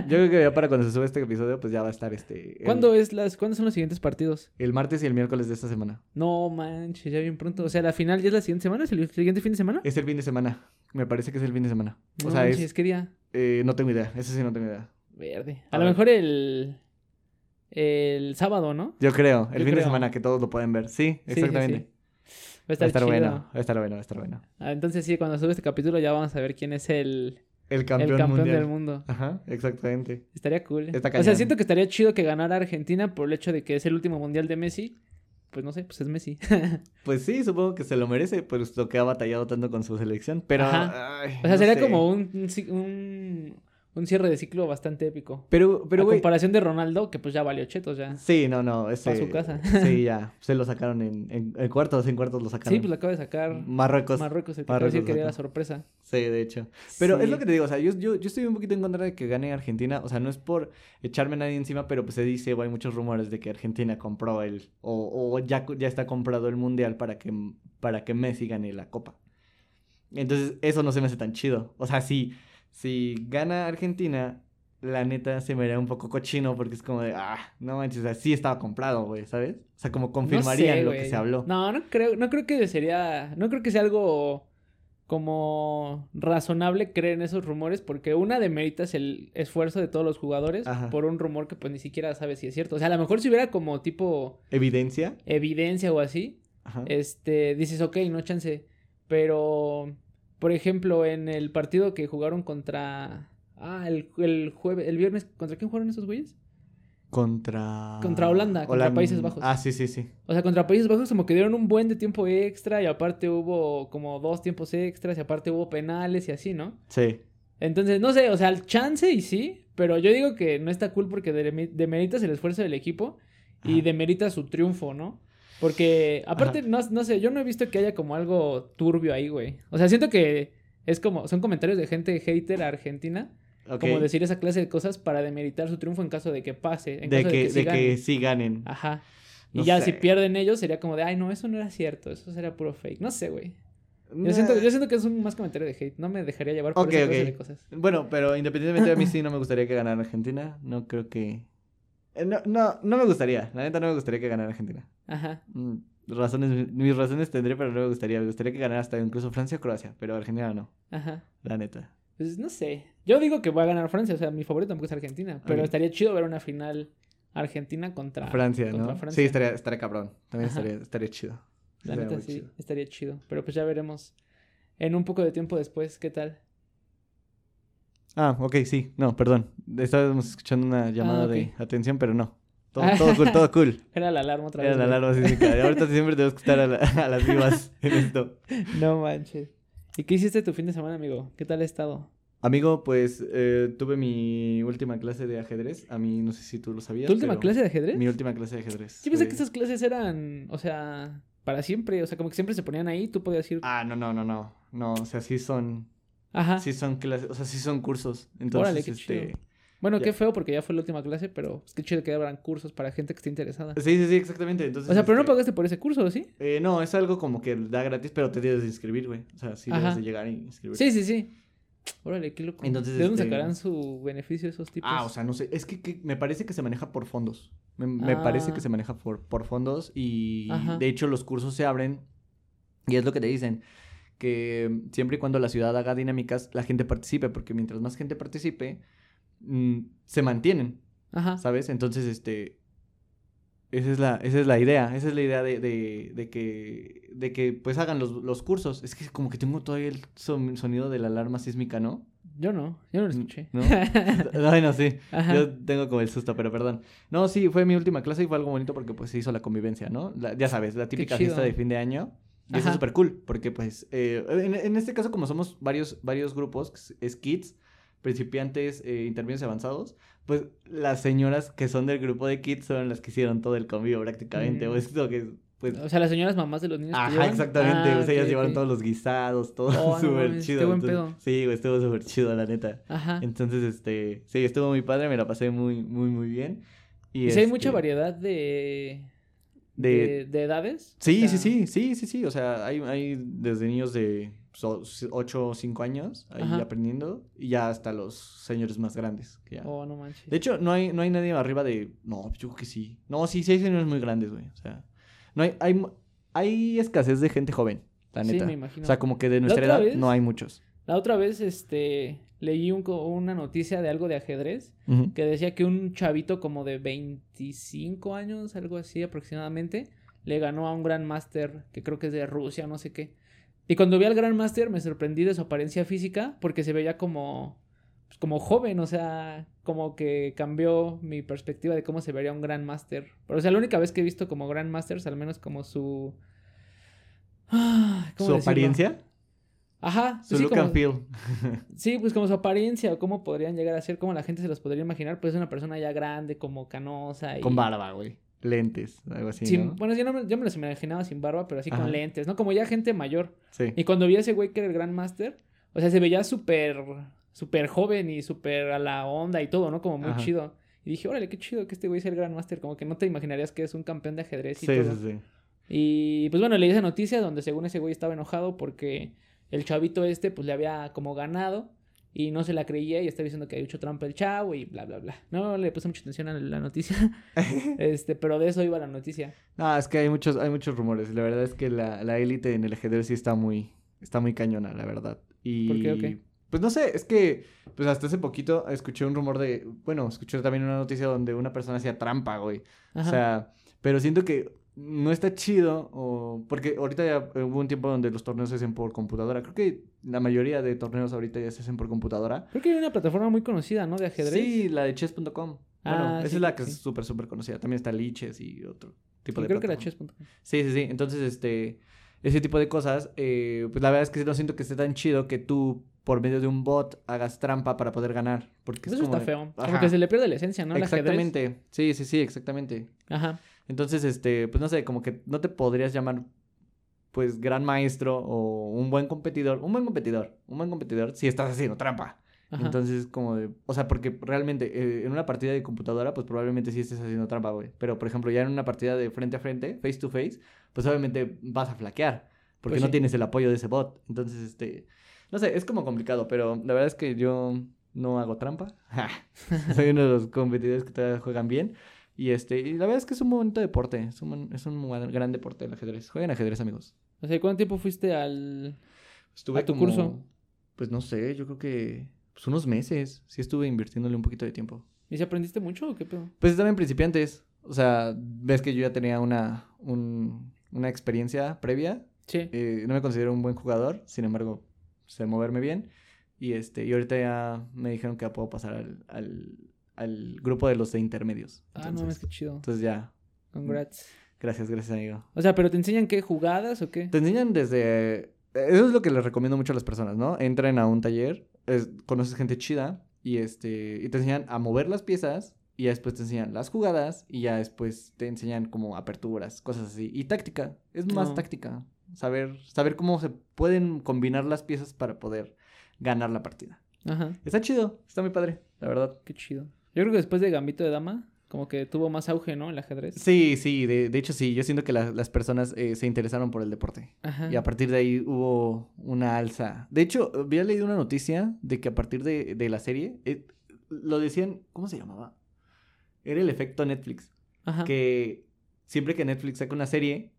[SPEAKER 1] Yo creo que ya para cuando se sube este episodio, pues ya va a estar este... el-
[SPEAKER 2] ¿Cuándo, es las, ¿Cuándo son los siguientes partidos?
[SPEAKER 1] El martes y el miércoles de esta semana.
[SPEAKER 2] No manches, ya bien pronto. O sea, la final ya es la siguiente semana, es el siguiente fin de semana.
[SPEAKER 1] Es el fin de semana. Me parece que es el fin de semana. O
[SPEAKER 2] No
[SPEAKER 1] sea,
[SPEAKER 2] manches,
[SPEAKER 1] es...
[SPEAKER 2] ¿qué día?
[SPEAKER 1] eh, no tengo idea. Eso sí no tengo idea.
[SPEAKER 2] Verde. A,
[SPEAKER 1] A
[SPEAKER 2] lo
[SPEAKER 1] ver.
[SPEAKER 2] mejor el. El sábado, ¿no?
[SPEAKER 1] Yo creo. El
[SPEAKER 2] Yo
[SPEAKER 1] fin de
[SPEAKER 2] creo.
[SPEAKER 1] semana que todos lo pueden ver. Sí,
[SPEAKER 2] Sí, sí, sí.
[SPEAKER 1] exactamente.
[SPEAKER 2] Va a
[SPEAKER 1] Va a
[SPEAKER 2] estar,
[SPEAKER 1] estar
[SPEAKER 2] chido.
[SPEAKER 1] bueno. Va a estar bueno, va a estar bueno.
[SPEAKER 2] Ah, Entonces, sí, cuando sube este capítulo ya vamos a ver quién es el
[SPEAKER 1] El
[SPEAKER 2] el
[SPEAKER 1] campeón,
[SPEAKER 2] campeón
[SPEAKER 1] mundial.
[SPEAKER 2] del mundo.
[SPEAKER 1] Ajá, exactamente.
[SPEAKER 2] Estaría cool.
[SPEAKER 1] Está
[SPEAKER 2] o sea,
[SPEAKER 1] cañón.
[SPEAKER 2] siento que estaría chido que ganara Argentina por el hecho de que es el último mundial de Messi. Pues no sé, pues es Messi.
[SPEAKER 1] Pues sí, supongo que se lo merece, pues lo que ha batallado tanto con su selección. Pero.
[SPEAKER 2] Ajá.
[SPEAKER 1] ay,
[SPEAKER 2] O sea,
[SPEAKER 1] no
[SPEAKER 2] sería
[SPEAKER 1] sé.
[SPEAKER 2] como un, un ci- un, un cierre de ciclo bastante épico.
[SPEAKER 1] Pero, pero,
[SPEAKER 2] a
[SPEAKER 1] güey.
[SPEAKER 2] comparación de Ronaldo, que pues ya valió chetos ya.
[SPEAKER 1] Sí, no, no. Ese,
[SPEAKER 2] Pa' su casa.
[SPEAKER 1] Sí, ya. Se lo sacaron en, en, en cuartos, en cuartos lo sacaron.
[SPEAKER 2] Sí, pues lo acaba de sacar
[SPEAKER 1] Marruecos.
[SPEAKER 2] Marruecos, el que
[SPEAKER 1] Marruecos
[SPEAKER 2] parecía que dio
[SPEAKER 1] saca.
[SPEAKER 2] la sorpresa.
[SPEAKER 1] Sí, de hecho. Pero es
[SPEAKER 2] Sí.
[SPEAKER 1] lo que te digo, o sea, yo, yo, yo estoy un poquito en contra de que gane Argentina. O sea, no es por echarme a nadie encima, pero pues se dice, o hay muchos rumores de que Argentina compró el. O, o ya, cu- ya está comprado el mundial para que, para que Messi gane la copa. Entonces, eso no se me hace tan chido. O sea, si, si gana Argentina, la neta se me haría un poco cochino porque es como de, ah, no manches, o sea, sí estaba comprado, güey, ¿sabes? O sea, como confirmarían
[SPEAKER 2] No sé,
[SPEAKER 1] lo que
[SPEAKER 2] güey.
[SPEAKER 1] se habló.
[SPEAKER 2] No, no creo, no creo que sería, no creo que sea algo como razonable creer en esos rumores porque una demeritas el esfuerzo de todos los jugadores
[SPEAKER 1] Ajá.
[SPEAKER 2] por un rumor que pues ni siquiera sabe si es cierto. O sea, a lo mejor si hubiera como tipo
[SPEAKER 1] ¿Evidencia?
[SPEAKER 2] evidencia o así,
[SPEAKER 1] Ajá.
[SPEAKER 2] este, dices, ok, no chance, pero por ejemplo, en el partido que jugaron contra ah, el, el jueves, el viernes, ¿contra quién jugaron esos güeyes?
[SPEAKER 1] Contra...
[SPEAKER 2] Contra Holanda, contra
[SPEAKER 1] Holan-
[SPEAKER 2] Países Bajos.
[SPEAKER 1] Ah, sí, sí, sí.
[SPEAKER 2] O sea, contra Países Bajos como que dieron un buen de tiempo extra y aparte hubo como dos tiempos extras y aparte hubo penales y así, ¿no?
[SPEAKER 1] Sí.
[SPEAKER 2] Entonces, no sé, o sea, el chance y sí, pero yo digo que no está cool porque deme- demeritas el esfuerzo del equipo y
[SPEAKER 1] Ajá.
[SPEAKER 2] demeritas su triunfo, ¿no? Porque aparte, no, no sé, yo no he visto que haya como algo turbio ahí, güey. O sea, siento que es como, son comentarios de gente hater argentina,
[SPEAKER 1] Ok.
[SPEAKER 2] como decir esa clase de cosas para demeritar su triunfo en caso de que pase, en
[SPEAKER 1] de,
[SPEAKER 2] caso
[SPEAKER 1] que,
[SPEAKER 2] sí
[SPEAKER 1] de
[SPEAKER 2] gane.
[SPEAKER 1] que sí ganen.
[SPEAKER 2] Ajá.
[SPEAKER 1] No
[SPEAKER 2] y ya
[SPEAKER 1] sé.
[SPEAKER 2] si pierden ellos sería como de, ay, no, eso no era cierto, eso era puro fake. No sé, güey. Yo
[SPEAKER 1] Nah.
[SPEAKER 2] siento, yo siento que es un más comentario de hate, no me dejaría llevar por
[SPEAKER 1] Ok,
[SPEAKER 2] esa
[SPEAKER 1] ok.
[SPEAKER 2] clase de cosas.
[SPEAKER 1] Bueno, pero independientemente a mí sí no me gustaría que ganara Argentina. No creo que... Eh, No, no, no me gustaría. La neta no me gustaría que ganara Argentina.
[SPEAKER 2] Ajá.
[SPEAKER 1] Mm, Razones, mis razones tendré, pero no me gustaría. Me gustaría que ganara hasta incluso Francia o Croacia, pero Argentina no,
[SPEAKER 2] Ajá.
[SPEAKER 1] la neta.
[SPEAKER 2] Pues no sé. Yo digo que va a ganar Francia, o sea, mi favorito tampoco es Argentina, pero
[SPEAKER 1] Ok.
[SPEAKER 2] estaría chido ver una final Argentina contra
[SPEAKER 1] Francia,
[SPEAKER 2] Ah, contra
[SPEAKER 1] ¿no?
[SPEAKER 2] Francia.
[SPEAKER 1] Sí, estaría, estaría cabrón. También
[SPEAKER 2] Ajá.
[SPEAKER 1] estaría, estaría chido.
[SPEAKER 2] La
[SPEAKER 1] Estaría
[SPEAKER 2] neta
[SPEAKER 1] muy
[SPEAKER 2] sí,
[SPEAKER 1] chido.
[SPEAKER 2] estaría chido, pero pues ya veremos. en un poco de tiempo después, ¿qué tal?
[SPEAKER 1] Ah, ok, sí. No, perdón. Estábamos escuchando una llamada
[SPEAKER 2] Ah, ok. Ah.
[SPEAKER 1] de atención, pero no. Todo, todo cool, todo cool.
[SPEAKER 2] Era la alarma otra
[SPEAKER 1] Era
[SPEAKER 2] vez.
[SPEAKER 1] la
[SPEAKER 2] güey.
[SPEAKER 1] alarma sísmica. Y Ahorita siempre tenemos que estar a, la- a las vivas en esto.
[SPEAKER 2] No manches. ¿Y qué hiciste tu fin de semana, amigo? ¿Qué tal ha estado?
[SPEAKER 1] Amigo, pues eh, tuve mi última clase de ajedrez. A mí, no sé si tú lo sabías.
[SPEAKER 2] ¿Tu última
[SPEAKER 1] pero
[SPEAKER 2] clase de ajedrez?
[SPEAKER 1] Mi última clase de ajedrez.
[SPEAKER 2] Yo pensé
[SPEAKER 1] fue-
[SPEAKER 2] que esas clases eran, o sea, para siempre. O sea, como que siempre se ponían ahí, tú podías ir.
[SPEAKER 1] Ah, no, no, no, no. No, o sea, sí son,
[SPEAKER 2] Ajá.
[SPEAKER 1] sí son clases, o sea, sí son cursos. Entonces,
[SPEAKER 2] Ah. Órale, qué
[SPEAKER 1] este...
[SPEAKER 2] chido. Bueno,
[SPEAKER 1] ya.
[SPEAKER 2] qué feo porque ya fue la última clase, pero es que chido que habrán cursos para gente que esté interesada.
[SPEAKER 1] Sí, sí, sí, exactamente. Entonces,
[SPEAKER 2] O sea, pero no
[SPEAKER 1] este,
[SPEAKER 2] pagaste por ese curso, ¿sí?
[SPEAKER 1] eh, no, es algo como que da gratis, pero te debes de inscribir, güey. O sea, sí debes
[SPEAKER 2] Ajá.
[SPEAKER 1] de llegar y inscribirte.
[SPEAKER 2] Sí, sí, sí. Órale, qué loco.
[SPEAKER 1] Entonces,
[SPEAKER 2] ¿De dónde
[SPEAKER 1] este-
[SPEAKER 2] sacarán su beneficio esos tipos?
[SPEAKER 1] Ah, o sea, no sé. Es que, que me parece que se maneja por fondos. Me, me parece
[SPEAKER 2] Ah.
[SPEAKER 1] que se maneja por, por fondos y
[SPEAKER 2] Ajá.
[SPEAKER 1] de hecho los cursos se abren y es lo que te dicen. Que siempre y cuando la ciudad haga dinámicas, la gente participe, porque mientras más gente participe, mm, se mantienen,
[SPEAKER 2] Ajá.
[SPEAKER 1] ¿sabes? Entonces, este... Esa es la, esa es la idea, esa es la idea de, de- de que, de que pues hagan los, los cursos. Es que como que tengo todavía el son- sonido de la alarma sísmica, ¿no?
[SPEAKER 2] Yo no, yo no lo escuché.
[SPEAKER 1] mm, ¿No? Bueno, sí.
[SPEAKER 2] Ajá.
[SPEAKER 1] Yo tengo como el susto, pero perdón. No, sí, fue mi última clase y fue algo bonito porque pues se hizo la convivencia, ¿no? La- ya sabes, la típica
[SPEAKER 2] chido.
[SPEAKER 1] fiesta de fin de año. Y eso
[SPEAKER 2] Ajá.
[SPEAKER 1] es súper cool porque pues eh, en, en este caso como somos varios, varios grupos, es- es kids, principiantes, eh, intermedios y avanzados, pues las señoras que son del grupo de kids son las que hicieron todo el convivio prácticamente.
[SPEAKER 2] Mm.
[SPEAKER 1] Pues, lo que, pues,
[SPEAKER 2] O sea, las señoras mamás de los niños. que
[SPEAKER 1] Ajá,
[SPEAKER 2] llevan.
[SPEAKER 1] exactamente.
[SPEAKER 2] Ah,
[SPEAKER 1] o sea, ellas
[SPEAKER 2] ok,
[SPEAKER 1] llevan
[SPEAKER 2] ok.
[SPEAKER 1] todos los guisados, todo
[SPEAKER 2] Oh, no
[SPEAKER 1] súper
[SPEAKER 2] mames, qué
[SPEAKER 1] chido.
[SPEAKER 2] buen
[SPEAKER 1] entonces-
[SPEAKER 2] pedo.
[SPEAKER 1] Sí, güey, estuvo súper chido, la neta.
[SPEAKER 2] Ajá.
[SPEAKER 1] Entonces, este, sí, estuvo muy padre, me la pasé muy, muy, muy bien. Y
[SPEAKER 2] Y si hay
[SPEAKER 1] este,
[SPEAKER 2] mucha variedad de,
[SPEAKER 1] de-
[SPEAKER 2] de... de edades. o
[SPEAKER 1] Sí,
[SPEAKER 2] sea,
[SPEAKER 1] sí, sí, sí, sí, sí, o sea, hay, hay desde niños de 8 o 5 años ahí
[SPEAKER 2] Ajá.
[SPEAKER 1] aprendiendo y ya hasta los señores más grandes. que ya-
[SPEAKER 2] Oh, no manches.
[SPEAKER 1] De hecho, no hay, no hay nadie arriba de, no, pues yo creo que sí. No, sí, sí hay señores muy grandes, güey, o sea, no hay, hay, hay escasez de gente joven, la
[SPEAKER 2] Sí,
[SPEAKER 1] neta.
[SPEAKER 2] me imagino.
[SPEAKER 1] O sea, como que de nuestra
[SPEAKER 2] otra
[SPEAKER 1] edad
[SPEAKER 2] vez-
[SPEAKER 1] no hay muchos.
[SPEAKER 2] La otra vez, este, leí un co- una noticia de algo de ajedrez
[SPEAKER 1] Ujú.
[SPEAKER 2] que decía que un chavito como de 25 años, algo así aproximadamente, le ganó a un Grand Master que creo que es de Rusia, no sé qué. Y cuando vi al Grand Master me sorprendí de su apariencia física porque se veía como, pues, como joven, o sea, como que cambió mi perspectiva de cómo se vería un Grand Master. Pero o sea, la única vez que he visto como Grand Masters, al menos como su... Ah, ¿cómo
[SPEAKER 1] Su
[SPEAKER 2] decirlo?
[SPEAKER 1] apariencia,
[SPEAKER 2] Ajá,
[SPEAKER 1] su
[SPEAKER 2] sí,
[SPEAKER 1] look
[SPEAKER 2] como-
[SPEAKER 1] and feel.
[SPEAKER 2] Sí, pues como su apariencia o cómo podrían llegar a ser, cómo la gente se los podría imaginar, pues es una persona ya grande, como canosa y...
[SPEAKER 1] Con barba, güey. Lentes, algo así.
[SPEAKER 2] sin-
[SPEAKER 1] ¿no?
[SPEAKER 2] Bueno, yo, no me, yo me los imaginaba sin barba, pero así
[SPEAKER 1] Ajá.
[SPEAKER 2] con lentes, ¿no? Como ya gente mayor.
[SPEAKER 1] Sí.
[SPEAKER 2] Y cuando vi a ese güey que era el Grandmaster, o sea, se veía súper, súper joven y súper a la onda y todo, ¿no? Como muy
[SPEAKER 1] Ajá.
[SPEAKER 2] chido. Y dije, órale, qué chido que este güey sea el Grandmaster, como que no te imaginarías que es un campeón de ajedrez y
[SPEAKER 1] Sí,
[SPEAKER 2] todo.
[SPEAKER 1] sí, sí.
[SPEAKER 2] Y pues bueno, leí esa noticia donde según ese güey estaba enojado porque el chavito este pues le había como ganado y no se la creía y estaba diciendo que había hecho trampa el chavo y bla, bla, bla. No le puse mucha atención a la noticia, este, pero de eso iba la noticia.
[SPEAKER 1] No, es que hay muchos, hay muchos rumores. La verdad es que la, la élite en el ajedrez sí está muy, está muy cañona, la verdad. Y,
[SPEAKER 2] ¿Por qué o qué?
[SPEAKER 1] Pues no sé, es que pues hasta hace poquito escuché un rumor de, bueno, escuché también una noticia donde una persona hacía trampa, güey.
[SPEAKER 2] Ajá.
[SPEAKER 1] O sea, pero siento que no está chido, o, porque ahorita ya eh, hubo un tiempo donde los torneos se hacen por computadora. Creo que la mayoría de torneos ahorita ya se hacen por computadora.
[SPEAKER 2] Creo que hay una plataforma muy conocida, ¿no? De ajedrez.
[SPEAKER 1] Sí, la de chess.com. Bueno,
[SPEAKER 2] Ah,
[SPEAKER 1] esa
[SPEAKER 2] sí,
[SPEAKER 1] es la que
[SPEAKER 2] creo que
[SPEAKER 1] es
[SPEAKER 2] sí.
[SPEAKER 1] súper, súper conocida. También está Liches y otro
[SPEAKER 2] Sí,
[SPEAKER 1] tipo de
[SPEAKER 2] creo que era
[SPEAKER 1] plataforma.
[SPEAKER 2] chess.com.
[SPEAKER 1] Sí, sí, sí. Entonces, este, ese tipo de cosas, eh, pues la verdad es que no siento que esté tan chido que tú, por medio de un bot, hagas trampa para poder ganar. Porque
[SPEAKER 2] Eso
[SPEAKER 1] es como
[SPEAKER 2] está
[SPEAKER 1] de-
[SPEAKER 2] feo.
[SPEAKER 1] Ajá.
[SPEAKER 2] Como que se le pierde la esencia, ¿no? El ajedrez.
[SPEAKER 1] Exactamente. Sí, sí, sí, exactamente.
[SPEAKER 2] Ajá.
[SPEAKER 1] Entonces, este, pues no sé, como que no te podrías llamar, pues, gran maestro o un buen competidor. Un buen competidor. Un buen competidor si estás haciendo trampa.
[SPEAKER 2] Ajá.
[SPEAKER 1] Entonces, como de. O sea, porque realmente eh, en una partida de computadora, pues probablemente sí estés haciendo trampa, güey. Pero, por ejemplo, ya en una partida de frente a frente, face to face, pues obviamente vas a flaquear. Porque
[SPEAKER 2] Pues
[SPEAKER 1] no
[SPEAKER 2] sí.
[SPEAKER 1] tienes el apoyo de ese bot. Entonces, este. No sé, es como complicado, pero la verdad es que yo no hago trampa. Soy uno de los competidores que todavía juegan bien. Y este, y la verdad es que es un bonito deporte. Es un, buen- es un gran- gran deporte el ajedrez. Jueguen ajedrez, amigos.
[SPEAKER 2] O sea, ¿cuánto tiempo fuiste al...?
[SPEAKER 1] Estuve
[SPEAKER 2] ¿A tu
[SPEAKER 1] como-
[SPEAKER 2] curso?
[SPEAKER 1] Pues no sé, yo creo que pues unos meses. Sí estuve invirtiéndole un poquito de tiempo.
[SPEAKER 2] ¿Y si aprendiste mucho o qué pedo?
[SPEAKER 1] Pues estaban principiantes. O sea, ves que yo ya tenía una, un- una experiencia previa.
[SPEAKER 2] Sí.
[SPEAKER 1] Eh, no me considero un buen jugador, sin embargo, sé moverme bien. Y este, y ahorita ya me dijeron que ya puedo pasar al, al, al grupo de los de intermedios.
[SPEAKER 2] Ah, no, es que chido.
[SPEAKER 1] entonces ya.
[SPEAKER 2] Congrats.
[SPEAKER 1] Gracias, gracias, amigo.
[SPEAKER 2] O sea, pero te enseñan qué jugadas o qué?
[SPEAKER 1] Te enseñan desde... Eso es lo que les recomiendo mucho a las personas, ¿no? Entren a un taller, es- conoces gente chida y, este, y te enseñan a mover las piezas y ya después te enseñan las jugadas y ya después te enseñan como aperturas, cosas así. Y táctica, es más
[SPEAKER 2] No.
[SPEAKER 1] táctica. Saber, saber cómo se pueden combinar las piezas para poder ganar la partida.
[SPEAKER 2] Ajá.
[SPEAKER 1] Está chido, está muy padre, la verdad.
[SPEAKER 2] Qué chido. Yo creo que después de Gambito de Dama, como que tuvo más auge, ¿no? El ajedrez.
[SPEAKER 1] Sí, sí, de, de hecho sí, yo siento que la- las personas eh, se interesaron por el deporte.
[SPEAKER 2] Ajá.
[SPEAKER 1] Y a partir de ahí hubo una alza. De hecho, había leído una noticia de que a partir de, de la serie, eh, lo decían, ¿cómo se llamaba? Era el efecto Netflix.
[SPEAKER 2] Ajá.
[SPEAKER 1] Que siempre que Netflix saca una serie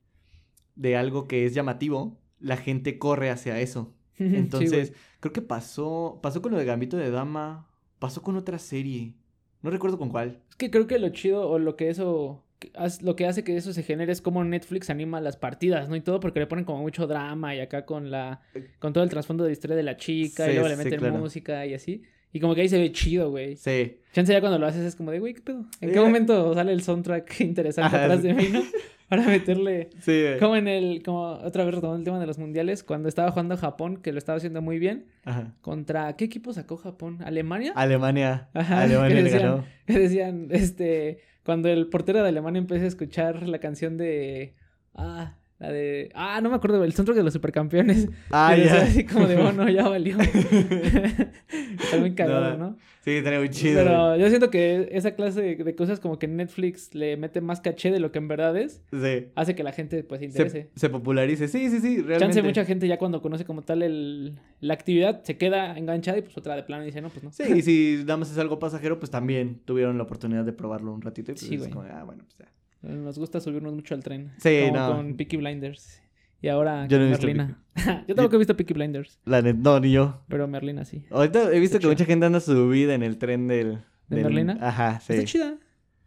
[SPEAKER 1] de algo que es llamativo, la gente corre hacia eso.
[SPEAKER 2] Sí, güey.
[SPEAKER 1] Entonces, creo que pasó, pasó con lo de Gambito de Dama, pasó con otra serie. No recuerdo con cuál.
[SPEAKER 2] Es que creo que lo chido o lo que eso que haz- lo que hace que eso se genere es como Netflix anima las partidas, ¿no? Y todo porque le ponen como mucho drama y acá con la con todo el trasfondo de la historia de la chica y
[SPEAKER 1] Sí,
[SPEAKER 2] luego le
[SPEAKER 1] sí,
[SPEAKER 2] meten
[SPEAKER 1] claro.
[SPEAKER 2] música y así. Y como que ahí se ve chido, güey.
[SPEAKER 1] Sí.
[SPEAKER 2] Chance ya cuando lo haces es como de, güey, ¿qué pedo? ¿En qué
[SPEAKER 1] Eh.
[SPEAKER 2] momento sale el soundtrack interesante
[SPEAKER 1] Ajá,
[SPEAKER 2] atrás
[SPEAKER 1] sí.
[SPEAKER 2] de mí, no? Para meterle
[SPEAKER 1] Sí.
[SPEAKER 2] como en el como otra vez retomando el tema de los mundiales, cuando estaba jugando Japón, que lo estaba haciendo muy bien,
[SPEAKER 1] Ajá.
[SPEAKER 2] contra ¿qué equipo sacó Japón?
[SPEAKER 1] Ah.
[SPEAKER 2] ¿Alemania?
[SPEAKER 1] Alemania.
[SPEAKER 2] Ajá,
[SPEAKER 1] Alemania
[SPEAKER 2] que
[SPEAKER 1] le
[SPEAKER 2] decían,
[SPEAKER 1] ganó.
[SPEAKER 2] Que decían, este, cuando el portero de Alemania empieza a escuchar la canción de. Ah, la de. Ah, no me acuerdo, el soundtrack de los supercampeones.
[SPEAKER 1] Ah,
[SPEAKER 2] Y decía
[SPEAKER 1] ya.
[SPEAKER 2] Así como de, bueno, ya valió. Está muy cagado,
[SPEAKER 1] No,
[SPEAKER 2] ¿no?
[SPEAKER 1] Sí, estaría muy chido.
[SPEAKER 2] Pero yo siento que esa clase de, de cosas como que Netflix le mete más caché de lo que en verdad es,
[SPEAKER 1] Sí.
[SPEAKER 2] hace que la gente pues se interese.
[SPEAKER 1] Se, se popularice. Sí, sí, sí, realmente.
[SPEAKER 2] Chance mucha gente ya cuando conoce como tal el, la actividad se queda enganchada y pues otra de plano dice, no, pues no.
[SPEAKER 1] Sí, y si nada más es algo pasajero, pues también tuvieron la oportunidad de probarlo un ratito. Y pues
[SPEAKER 2] Sí,
[SPEAKER 1] es
[SPEAKER 2] güey.
[SPEAKER 1] como, ah, bueno, pues ya.
[SPEAKER 2] Eh, Nos gusta subirnos mucho al tren.
[SPEAKER 1] Sí,
[SPEAKER 2] como
[SPEAKER 1] no.
[SPEAKER 2] con Peaky Blinders. Y ahora
[SPEAKER 1] Yo no
[SPEAKER 2] con
[SPEAKER 1] he visto
[SPEAKER 2] Merlina. Yo tampoco he visto Peaky Blinders,
[SPEAKER 1] La net, no, ni yo.
[SPEAKER 2] pero Merlina sí.
[SPEAKER 1] Ahorita he visto
[SPEAKER 2] Está
[SPEAKER 1] que
[SPEAKER 2] chido.
[SPEAKER 1] mucha gente anda subida en el tren del.
[SPEAKER 2] ¿De
[SPEAKER 1] del-
[SPEAKER 2] Merlina?
[SPEAKER 1] Ajá, sí.
[SPEAKER 2] Está chida.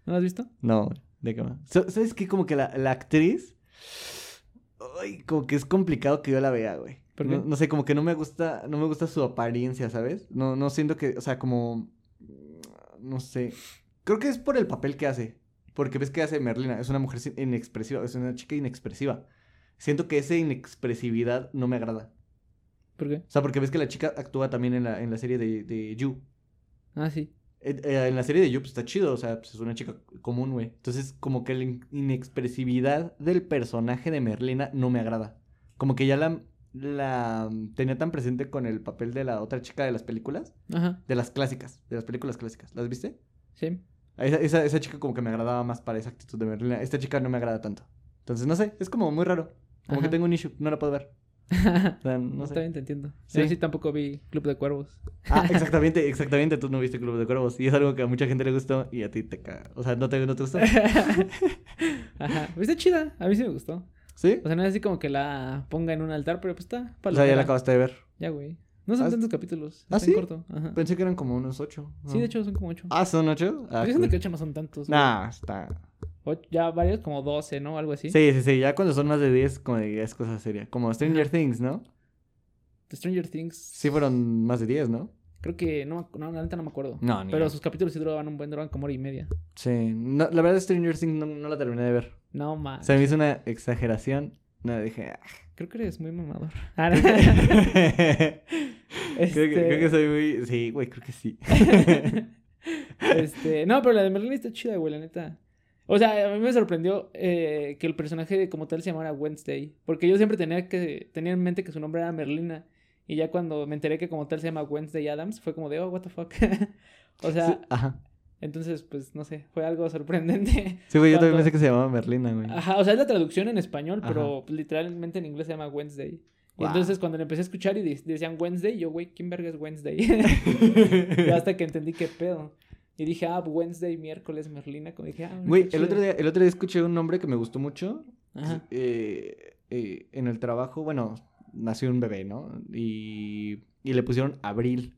[SPEAKER 2] ¿No la has visto?
[SPEAKER 1] No, güey, ¿de qué más? So- ¿Sabes qué? Como que la, la actriz. Ay, como que es complicado que yo la vea, güey.
[SPEAKER 2] ¿Por qué?
[SPEAKER 1] No, no sé, como que no me gusta, no me gusta su apariencia, ¿sabes? No, no siento que, o sea, como. No sé. Creo que es por el papel que hace. Porque ves que hace Merlina. Es una mujer sin- inexpresiva, es una chica inexpresiva. Siento que esa inexpresividad no me agrada.
[SPEAKER 2] ¿Por qué?
[SPEAKER 1] O sea, porque ves que la chica actúa también en la, en la serie de, de You.
[SPEAKER 2] Ah, sí.
[SPEAKER 1] Eh, eh, en la serie de You, pues, está chido, o sea, pues, es una chica común, güey. Entonces, como que la in- inexpresividad del personaje de Merlina no me agrada. Como que ya la, la mm, tenía tan presente con el papel de la otra chica de las películas,
[SPEAKER 2] Ajá.
[SPEAKER 1] de las clásicas, de las películas clásicas. ¿Las viste?
[SPEAKER 2] Sí.
[SPEAKER 1] A Esa, esa, esa chica como que me agradaba más para esa actitud de Merlina. Esta chica no me agrada tanto. Entonces, no sé, es como muy raro. Como que
[SPEAKER 2] Ajá.
[SPEAKER 1] tengo un issue, no la puedo ver. O sea, no
[SPEAKER 2] Está
[SPEAKER 1] sé.
[SPEAKER 2] bien, te entiendo.
[SPEAKER 1] Sí.
[SPEAKER 2] Yo sí tampoco vi Club de Cuervos.
[SPEAKER 1] Ah, exactamente, exactamente. Tú no viste Club de Cuervos. Y es algo que a mucha gente le gustó y a ti te caga. O sea, no te, no te gustó.
[SPEAKER 2] Ajá. Pues está chida. A mí sí me gustó.
[SPEAKER 1] ¿Sí?
[SPEAKER 2] O sea, no es así como que la ponga en un altar, pero pues está.
[SPEAKER 1] O sea, ya
[SPEAKER 2] palomera.
[SPEAKER 1] la acabaste de ver.
[SPEAKER 2] Ya, güey. No son
[SPEAKER 1] ¿Ah,
[SPEAKER 2] tantos capítulos.
[SPEAKER 1] ah,
[SPEAKER 2] Está en
[SPEAKER 1] sí?
[SPEAKER 2] corto. Ajá.
[SPEAKER 1] Pensé que eran como unos ocho. ¿no?
[SPEAKER 2] Sí, de hecho son como ocho.
[SPEAKER 1] Ah, ¿son ocho? Ah,
[SPEAKER 2] Yo siento
[SPEAKER 1] cool.
[SPEAKER 2] que ocho no son tantos. güey.
[SPEAKER 1] Nah, está...
[SPEAKER 2] Ocho- ya varios, como doce, ¿no? Algo así.
[SPEAKER 1] ¿Sí? sí, sí, Ya cuando son más de diez, como de es cosa seria. Como Stranger Things, ¿no?
[SPEAKER 2] Stranger Things.
[SPEAKER 1] Sí fueron más de diez, ¿no?
[SPEAKER 2] Creo que no, me ac- no la neta no me acuerdo.
[SPEAKER 1] No, ni
[SPEAKER 2] pero
[SPEAKER 1] yo.
[SPEAKER 2] sus capítulos sí duraban un buen, duraban como hora y media.
[SPEAKER 1] Sí. No, la verdad, Stranger Things no, no la terminé de ver.
[SPEAKER 2] No más.
[SPEAKER 1] Se me hizo una exageración. No, dije... ah.
[SPEAKER 2] Creo que eres muy mamador. Ah, no.
[SPEAKER 1] creo, que,
[SPEAKER 2] Este-
[SPEAKER 1] creo que soy muy... Sí, güey, creo que sí.
[SPEAKER 2] este, no, pero la de Merlin está chida, güey, la neta. O sea, a mí me sorprendió eh, que el personaje como tal se llamara Wednesday. Porque yo siempre tenía, que, tenía en mente que su nombre era Merlina. Y ya cuando me enteré que como tal se llama Wednesday Adams, fue como de, oh, what the fuck. o sea,
[SPEAKER 1] Sí, Ajá.
[SPEAKER 2] entonces, pues, no sé, fue algo sorprendente.
[SPEAKER 1] Sí, güey, yo
[SPEAKER 2] cuando- Ah,
[SPEAKER 1] también pensé que se llamaba Merlina, güey.
[SPEAKER 2] Ajá, o sea, es la traducción en español, pero literalmente en inglés se llama Wednesday. Y
[SPEAKER 1] Wow.
[SPEAKER 2] entonces cuando le empecé a escuchar y de- decían Wednesday, yo, güey, ¿quién verga es Wednesday? y hasta que entendí qué pedo. Y dije, ah, Wednesday, miércoles, Merlina. Como dije, ah,
[SPEAKER 1] Güey,
[SPEAKER 2] está
[SPEAKER 1] el otro,
[SPEAKER 2] chido.
[SPEAKER 1] día, el otro día escuché un nombre que me gustó mucho.
[SPEAKER 2] Ajá.
[SPEAKER 1] Eh, eh, en el trabajo, bueno, nació un bebé, ¿no? Y, y le pusieron Abril.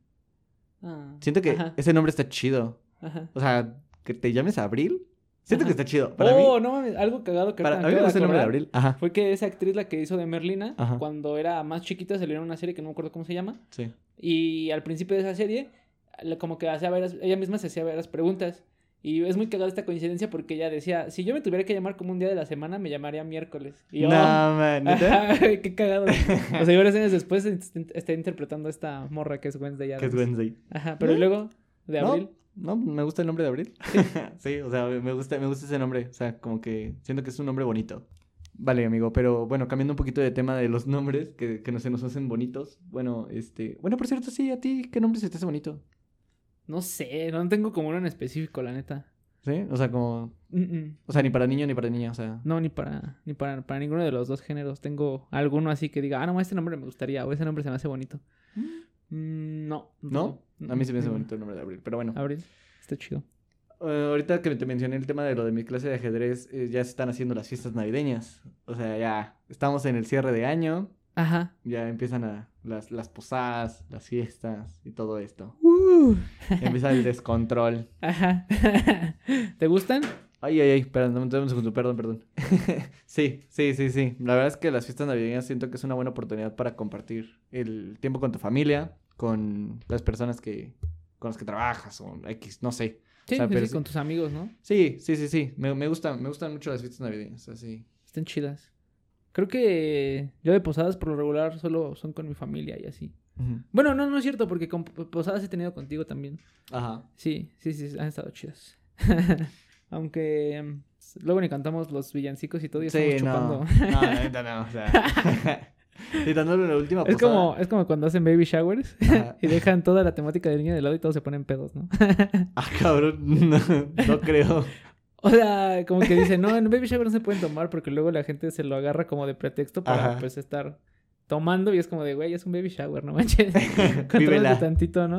[SPEAKER 2] Ah,
[SPEAKER 1] Siento que
[SPEAKER 2] Ajá,
[SPEAKER 1] ese nombre está chido.
[SPEAKER 2] ajá.
[SPEAKER 1] O sea, que te llames Abril Siento
[SPEAKER 2] Ajá.
[SPEAKER 1] que está chido. Para
[SPEAKER 2] oh,
[SPEAKER 1] mí,
[SPEAKER 2] no mames, algo cagado que
[SPEAKER 1] para,
[SPEAKER 2] ahorita
[SPEAKER 1] a mí me
[SPEAKER 2] me acabo de
[SPEAKER 1] gusta el nombre de
[SPEAKER 2] acordar
[SPEAKER 1] Abril. Ajá.
[SPEAKER 2] Fue que esa actriz, la que hizo de Merlina,
[SPEAKER 1] Ajá.
[SPEAKER 2] cuando era más chiquita, salió en una serie que no me acuerdo cómo se llama.
[SPEAKER 1] Sí.
[SPEAKER 2] Y al principio de esa serie, la- como que hacía varias- ella misma se hacía varias preguntas. Y es muy cagada esta coincidencia porque ella decía, si yo me tuviera que llamar como un día de la semana, me llamaría miércoles. Y yo,
[SPEAKER 1] No, man, ¿neta?
[SPEAKER 2] ajá, qué cagado. O sea, y varios años después est- está interpretando a esta morra que es Wednesday
[SPEAKER 1] Que es
[SPEAKER 2] Addams.
[SPEAKER 1] Wednesday.
[SPEAKER 2] Ajá, pero luego de
[SPEAKER 1] ¿No?
[SPEAKER 2] abril.
[SPEAKER 1] No, me gusta el nombre de Abril. sí, o sea, me gusta, me gusta ese nombre. O sea, como que siento que es un nombre bonito. Vale, amigo, pero bueno, cambiando un poquito de tema de los nombres que, que no se nos hacen bonitos. Bueno, este. Bueno, por cierto, sí, a ti, ¿qué nombre se te hace bonito?
[SPEAKER 2] No sé, no tengo como uno en específico, la neta.
[SPEAKER 1] ¿Sí? O sea, como.
[SPEAKER 2] Mm, mm.
[SPEAKER 1] O sea, ni para niño ni para niña, o sea.
[SPEAKER 2] No, ni para, ni para, para ninguno de los dos géneros. Tengo alguno así que diga, ah, no, este nombre me gustaría, o ese nombre se me hace bonito. Mm, no.
[SPEAKER 1] ¿No? A mí se me hace
[SPEAKER 2] Mm,
[SPEAKER 1] bonito el nombre de Abril, pero bueno.
[SPEAKER 2] Abril, está chido.
[SPEAKER 1] Eh, ahorita que te mencioné el tema de lo de mi clase de ajedrez, eh, ya se están haciendo las fiestas navideñas. O sea, ya estamos en el cierre de año,
[SPEAKER 2] Ajá.
[SPEAKER 1] ya empiezan a- las, las posadas, las fiestas y todo esto. Uh. Empieza el descontrol.
[SPEAKER 2] Ajá. ¿Te gustan?
[SPEAKER 1] Ay, ay, ay, perdón, dame un segundo, perdón, perdón. sí, sí, sí, sí. La verdad es que las fiestas navideñas siento que es una buena oportunidad para compartir el tiempo con tu familia, con las personas que con las que trabajas o X, no sé.
[SPEAKER 2] Sí,
[SPEAKER 1] sea,
[SPEAKER 2] sí,
[SPEAKER 1] pero
[SPEAKER 2] sí,
[SPEAKER 1] sí.
[SPEAKER 2] con tus amigos, ¿no?
[SPEAKER 1] Sí, sí, sí, sí. Me, me gustan, me gustan mucho las fiestas navideñas, así.
[SPEAKER 2] Están chidas. Creo que yo de posadas por lo regular solo son con mi familia y así.
[SPEAKER 1] Ujú.
[SPEAKER 2] Bueno, no, no es cierto, porque con po- posadas he tenido contigo también.
[SPEAKER 1] Ajá.
[SPEAKER 2] Sí, sí, sí, han estado chidas. Aunque mm, luego ni cantamos los villancicos y todo y estamos chupando.
[SPEAKER 1] no. No, la neta no, o sea. y dándole la última
[SPEAKER 2] Es
[SPEAKER 1] posada.
[SPEAKER 2] como, es como cuando hacen baby showers
[SPEAKER 1] Ajá.
[SPEAKER 2] y dejan toda la temática del niño de lado y todos se ponen pedos, ¿no?
[SPEAKER 1] Ah, cabrón, no, no creo.
[SPEAKER 2] O sea, como que dicen, no, en baby shower no se pueden tomar porque luego la gente se lo agarra como de pretexto para
[SPEAKER 1] Ajá.
[SPEAKER 2] pues estar tomando y es como de, güey, es un baby shower, no manches. Contrólate
[SPEAKER 1] Vívela.
[SPEAKER 2] tantito, ¿no?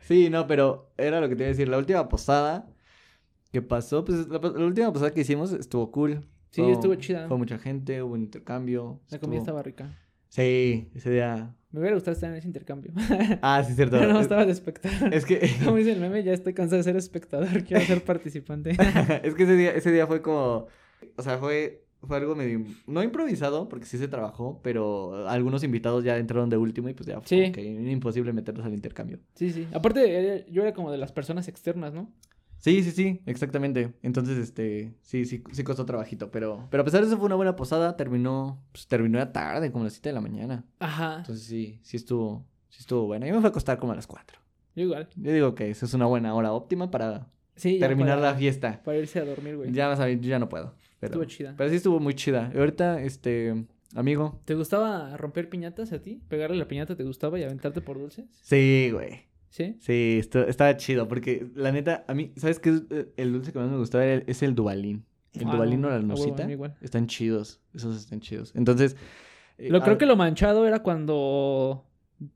[SPEAKER 1] sí, no, pero era lo que te iba a decir. La última posada que pasó, pues la, la última posada que hicimos estuvo cool.
[SPEAKER 2] Sí,
[SPEAKER 1] Fue-
[SPEAKER 2] estuvo chida.
[SPEAKER 1] Fue mucha gente, hubo un intercambio.
[SPEAKER 2] La comida
[SPEAKER 1] estuvo-
[SPEAKER 2] estaba rica.
[SPEAKER 1] Sí, ese día.
[SPEAKER 2] Me hubiera gustado estar en ese intercambio.
[SPEAKER 1] Ah, sí, cierto.
[SPEAKER 2] Pero no
[SPEAKER 1] Es-
[SPEAKER 2] estaba de espectador.
[SPEAKER 1] es que
[SPEAKER 2] Como dice el meme, ya estoy cansado de ser espectador, quiero ser participante.
[SPEAKER 1] es que ese día, ese día fue como. O sea, fue, fue algo medio. im- No improvisado, porque sí se trabajó, pero algunos invitados ya entraron de último y pues ya fue
[SPEAKER 2] Sí.
[SPEAKER 1] como que imposible meterlos al intercambio.
[SPEAKER 2] Sí, sí. Aparte, era- yo era como de las personas externas, ¿no?
[SPEAKER 1] Sí, sí, sí, exactamente. Entonces, este, sí, sí, sí costó trabajito, pero, pero a pesar de eso fue una buena posada, terminó, pues terminó ya tarde, como a las 7 de la mañana.
[SPEAKER 2] Ajá.
[SPEAKER 1] Entonces sí, sí estuvo, sí estuvo buena. Yo me fui a acostar como a las 4.
[SPEAKER 2] Yo igual.
[SPEAKER 1] Yo digo que esa es una buena hora óptima para
[SPEAKER 2] Sí. ya
[SPEAKER 1] terminar
[SPEAKER 2] para-
[SPEAKER 1] la fiesta.
[SPEAKER 2] Para irse a dormir, güey.
[SPEAKER 1] Ya vas a ver, yo ya no puedo. Pero...
[SPEAKER 2] Estuvo chida.
[SPEAKER 1] Pero sí estuvo muy chida. Y ahorita, este, amigo.
[SPEAKER 2] ¿Te gustaba romper piñatas a ti? ¿Pegarle la piñata te gustaba y aventarte por dulces?
[SPEAKER 1] Sí, güey.
[SPEAKER 2] ¿Sí?
[SPEAKER 1] Sí, esto, estaba chido. Porque la neta, a mí, ¿sabes qué? es, eh, El dulce que más me gustaba era el- es el dubalín. El
[SPEAKER 2] Ah,
[SPEAKER 1] dubalín
[SPEAKER 2] no,
[SPEAKER 1] o la
[SPEAKER 2] a huevo, a mí
[SPEAKER 1] nucita.
[SPEAKER 2] igual.
[SPEAKER 1] Están chidos. Esos están chidos. Entonces. eh,
[SPEAKER 2] Lo,
[SPEAKER 1] a-
[SPEAKER 2] creo que lo manchado era cuando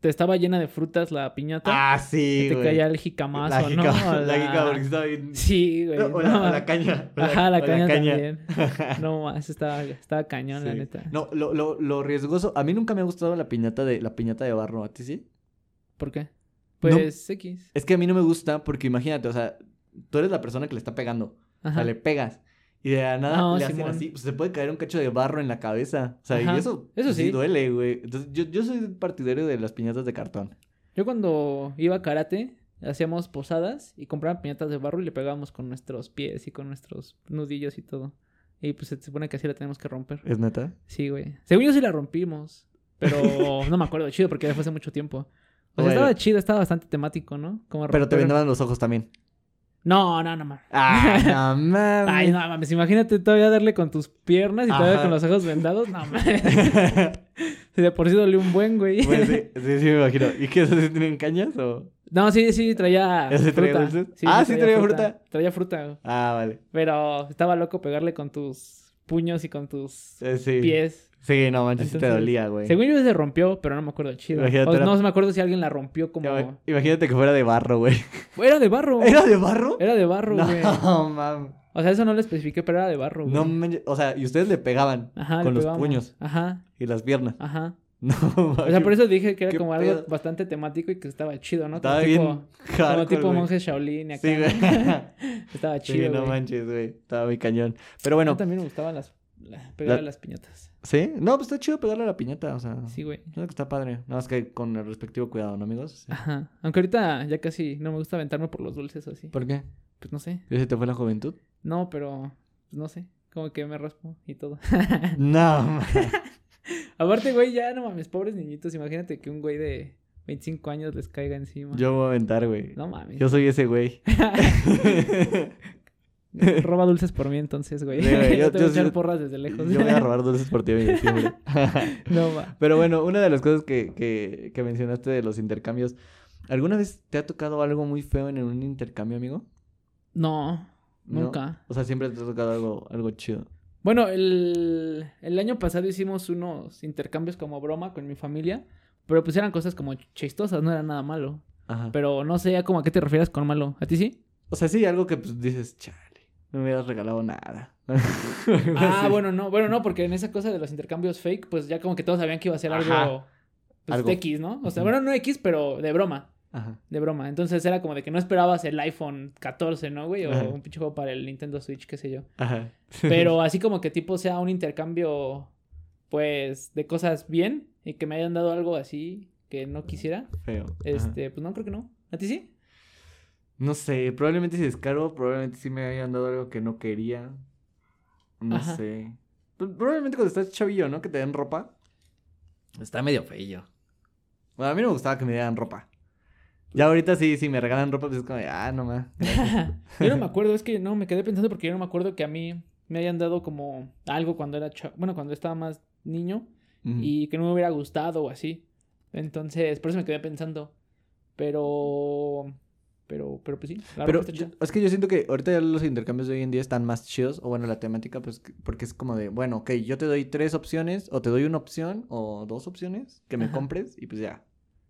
[SPEAKER 2] te estaba llena de frutas la piñata.
[SPEAKER 1] Ah,
[SPEAKER 2] y
[SPEAKER 1] sí,
[SPEAKER 2] te
[SPEAKER 1] güey.
[SPEAKER 2] caía el jicamazo,
[SPEAKER 1] la
[SPEAKER 2] ¿no?
[SPEAKER 1] jica-
[SPEAKER 2] O
[SPEAKER 1] la jica, porque estaba bien.
[SPEAKER 2] Sí, güey.
[SPEAKER 1] No, o la,
[SPEAKER 2] no.
[SPEAKER 1] o la caña. o
[SPEAKER 2] Ajá, la
[SPEAKER 1] o
[SPEAKER 2] caña, también. No, más, estaba, estaba cañón, la
[SPEAKER 1] Sí.
[SPEAKER 2] neta.
[SPEAKER 1] No, lo, lo, lo riesgoso. A mí nunca me ha gustado la piñata de, la piñata de barro. ¿A ti sí?
[SPEAKER 2] ¿Por qué? Pues X.
[SPEAKER 1] Es que a mí no me gusta porque imagínate, o sea, tú eres la persona que le está pegando. O
[SPEAKER 2] Ajá.
[SPEAKER 1] sea, le pegas. Y de la nada
[SPEAKER 2] No,
[SPEAKER 1] le hacen
[SPEAKER 2] Simón.
[SPEAKER 1] así. pues, se puede caer un cacho de barro en la cabeza. O sea,
[SPEAKER 2] Ajá.
[SPEAKER 1] y eso,
[SPEAKER 2] Eso
[SPEAKER 1] pues,
[SPEAKER 2] sí.
[SPEAKER 1] duele, güey. Entonces, yo, yo soy partidario de las piñatas de cartón.
[SPEAKER 2] Yo cuando iba a karate, hacíamos posadas y compraban piñatas de barro y le pegábamos con nuestros pies y con nuestros nudillos y todo. Y pues se supone que así la tenemos que romper.
[SPEAKER 1] ¿Es neta?
[SPEAKER 2] Sí, güey. Según yo sí la rompimos, pero no me acuerdo chido porque ya fue hace mucho tiempo. O sea,
[SPEAKER 1] Bueno.
[SPEAKER 2] estaba chido, estaba bastante temático, ¿no? Como
[SPEAKER 1] Pero te
[SPEAKER 2] romper-
[SPEAKER 1] vendaban los ojos también.
[SPEAKER 2] No, no, no, mames.
[SPEAKER 1] ¡Ah, no mames!
[SPEAKER 2] Ay, no mames, imagínate todavía darle con tus piernas y todavía
[SPEAKER 1] Ajá.
[SPEAKER 2] con los ojos vendados. No mames. Si de por sí dolió un buen, güey.
[SPEAKER 1] Pues sí, sí, sí, me imagino. ¿Y qué? ¿Esas sí tienen cañas o...?
[SPEAKER 2] No, sí, sí, traía.
[SPEAKER 1] ¿Ese traía
[SPEAKER 2] fruta.
[SPEAKER 1] dulces? Ah, sí traía fruta.
[SPEAKER 2] Traía fruta, güey.
[SPEAKER 1] Ah, vale.
[SPEAKER 2] Pero estaba loco pegarle con tus puños y con tus
[SPEAKER 1] Eh, sí.
[SPEAKER 2] pies.
[SPEAKER 1] Sí, no manches, sí te
[SPEAKER 2] Entonces,
[SPEAKER 1] dolía, güey.
[SPEAKER 2] Según yo se rompió, pero no me acuerdo chido.
[SPEAKER 1] Imagínate,
[SPEAKER 2] O
[SPEAKER 1] era-
[SPEAKER 2] no me acuerdo si alguien la rompió como.
[SPEAKER 1] Ya, Imagínate que fuera de barro, güey.
[SPEAKER 2] Era de barro.
[SPEAKER 1] ¿Era de barro?
[SPEAKER 2] Era de barro, güey.
[SPEAKER 1] No, mames.
[SPEAKER 2] O sea, eso no lo especifiqué, pero era de barro, güey.
[SPEAKER 1] No manches. O sea, y ustedes le pegaban
[SPEAKER 2] Ajá, le
[SPEAKER 1] con los
[SPEAKER 2] pegamos.
[SPEAKER 1] puños
[SPEAKER 2] Ajá,
[SPEAKER 1] y las piernas.
[SPEAKER 2] ajá.
[SPEAKER 1] No,
[SPEAKER 2] O sea, por eso dije que era
[SPEAKER 1] qué
[SPEAKER 2] como
[SPEAKER 1] pedo.
[SPEAKER 2] algo bastante temático y que estaba chido, ¿no?
[SPEAKER 1] Estaba
[SPEAKER 2] como
[SPEAKER 1] bien
[SPEAKER 2] tipo, como
[SPEAKER 1] hardcore,
[SPEAKER 2] tipo
[SPEAKER 1] güey.
[SPEAKER 2] monjes Shaolin y acá.
[SPEAKER 1] Sí, güey.
[SPEAKER 2] estaba
[SPEAKER 1] Sí,
[SPEAKER 2] chido.
[SPEAKER 1] no
[SPEAKER 2] güey.
[SPEAKER 1] manches, güey. Estaba muy cañón. Pero
[SPEAKER 2] A mí
[SPEAKER 1] bueno,
[SPEAKER 2] también me gustaban las la- pegar
[SPEAKER 1] La-
[SPEAKER 2] las piñatas.
[SPEAKER 1] ¿sí? No, pues está chido pegarle a la piñata, o sea.
[SPEAKER 2] Sí, güey.
[SPEAKER 1] creo que está padre. Nada más que con el respectivo cuidado, ¿no, amigos? Sí.
[SPEAKER 2] Ajá. Aunque ahorita ya casi no me gusta aventarme por los dulces o así.
[SPEAKER 1] ¿Por qué?
[SPEAKER 2] Pues no sé.
[SPEAKER 1] ¿Ya se te fue la juventud?
[SPEAKER 2] No, pero pues, no sé. Como que me raspo y todo.
[SPEAKER 1] No, man.
[SPEAKER 2] Aparte, güey, ya no mames, pobres niñitos. Imagínate que un güey de 25 años les caiga encima.
[SPEAKER 1] yo me voy a aventar, güey.
[SPEAKER 2] No mames.
[SPEAKER 1] Yo soy ese güey.
[SPEAKER 2] Roba dulces por mí entonces, güey.
[SPEAKER 1] Sí, güey,
[SPEAKER 2] yo,
[SPEAKER 1] yo-
[SPEAKER 2] te
[SPEAKER 1] yo
[SPEAKER 2] voy a echar
[SPEAKER 1] sí-
[SPEAKER 2] porras desde lejos.
[SPEAKER 1] Yo voy a robar dulces por ti, amigo, siempre.
[SPEAKER 2] no, va.
[SPEAKER 1] Pero bueno, una de las cosas que, que, que mencionaste de los intercambios. ¿Alguna vez te ha tocado algo muy feo en un intercambio, amigo?
[SPEAKER 2] No,
[SPEAKER 1] No.
[SPEAKER 2] nunca.
[SPEAKER 1] O sea, siempre te ha tocado algo, algo chido.
[SPEAKER 2] Bueno, el, el año pasado hicimos unos intercambios como broma con mi familia, pero pues eran cosas como chistosas, no era nada malo.
[SPEAKER 1] Ajá.
[SPEAKER 2] Pero no sé como a qué te refieres con malo. ¿A ti sí?
[SPEAKER 1] O sea, sí, algo que pues, dices, chale, no me hubieras regalado nada.
[SPEAKER 2] Ah, bueno, no, bueno, no, porque en esa cosa de los intercambios fake, pues ya como que todos sabían que iba a ser algo,
[SPEAKER 1] Ajá.
[SPEAKER 2] pues,
[SPEAKER 1] Algo.
[SPEAKER 2] X, ¿no? O sea,
[SPEAKER 1] Ujú.
[SPEAKER 2] bueno, no X, pero de broma.
[SPEAKER 1] Ajá.
[SPEAKER 2] De broma. Entonces era como de que no esperabas el iPhone 14, ¿no, güey? O
[SPEAKER 1] Ajá.
[SPEAKER 2] un pinche juego para el Nintendo Switch, qué sé yo.
[SPEAKER 1] Ajá.
[SPEAKER 2] Pero así como que tipo sea un intercambio, pues, de cosas bien y que me hayan dado algo así que no quisiera.
[SPEAKER 1] Feo. Ajá.
[SPEAKER 2] Este, pues no, creo que no. ¿A ti sí?
[SPEAKER 1] No sé, probablemente si descargo, probablemente sí me hayan dado algo que no quería. No
[SPEAKER 2] Ajá.
[SPEAKER 1] sé. Pero Probablemente cuando estás chavillo, ¿no? Que te den ropa. Está medio feillo. Bueno, a mí no me gustaba que me dieran ropa. Ya ahorita sí, si me regalan ropa, pues es como, de, ah, no más.
[SPEAKER 2] yo no me acuerdo, es que no, me quedé pensando porque yo no me acuerdo que a mí me hayan dado como algo cuando era, cha- bueno, cuando estaba más niño y que no me hubiera gustado o así. Entonces, por eso me quedé pensando. Pero, pero, pero pues sí. la
[SPEAKER 1] Pero
[SPEAKER 2] ropa está
[SPEAKER 1] yo-
[SPEAKER 2] chida.
[SPEAKER 1] es que yo siento que ahorita ya los intercambios de hoy en día están más chidos, o bueno, la temática, pues, que- porque es como de, bueno, ok, yo te doy tres opciones, o te doy una opción, o dos opciones, que me
[SPEAKER 2] Ajá.
[SPEAKER 1] compres, y pues ya.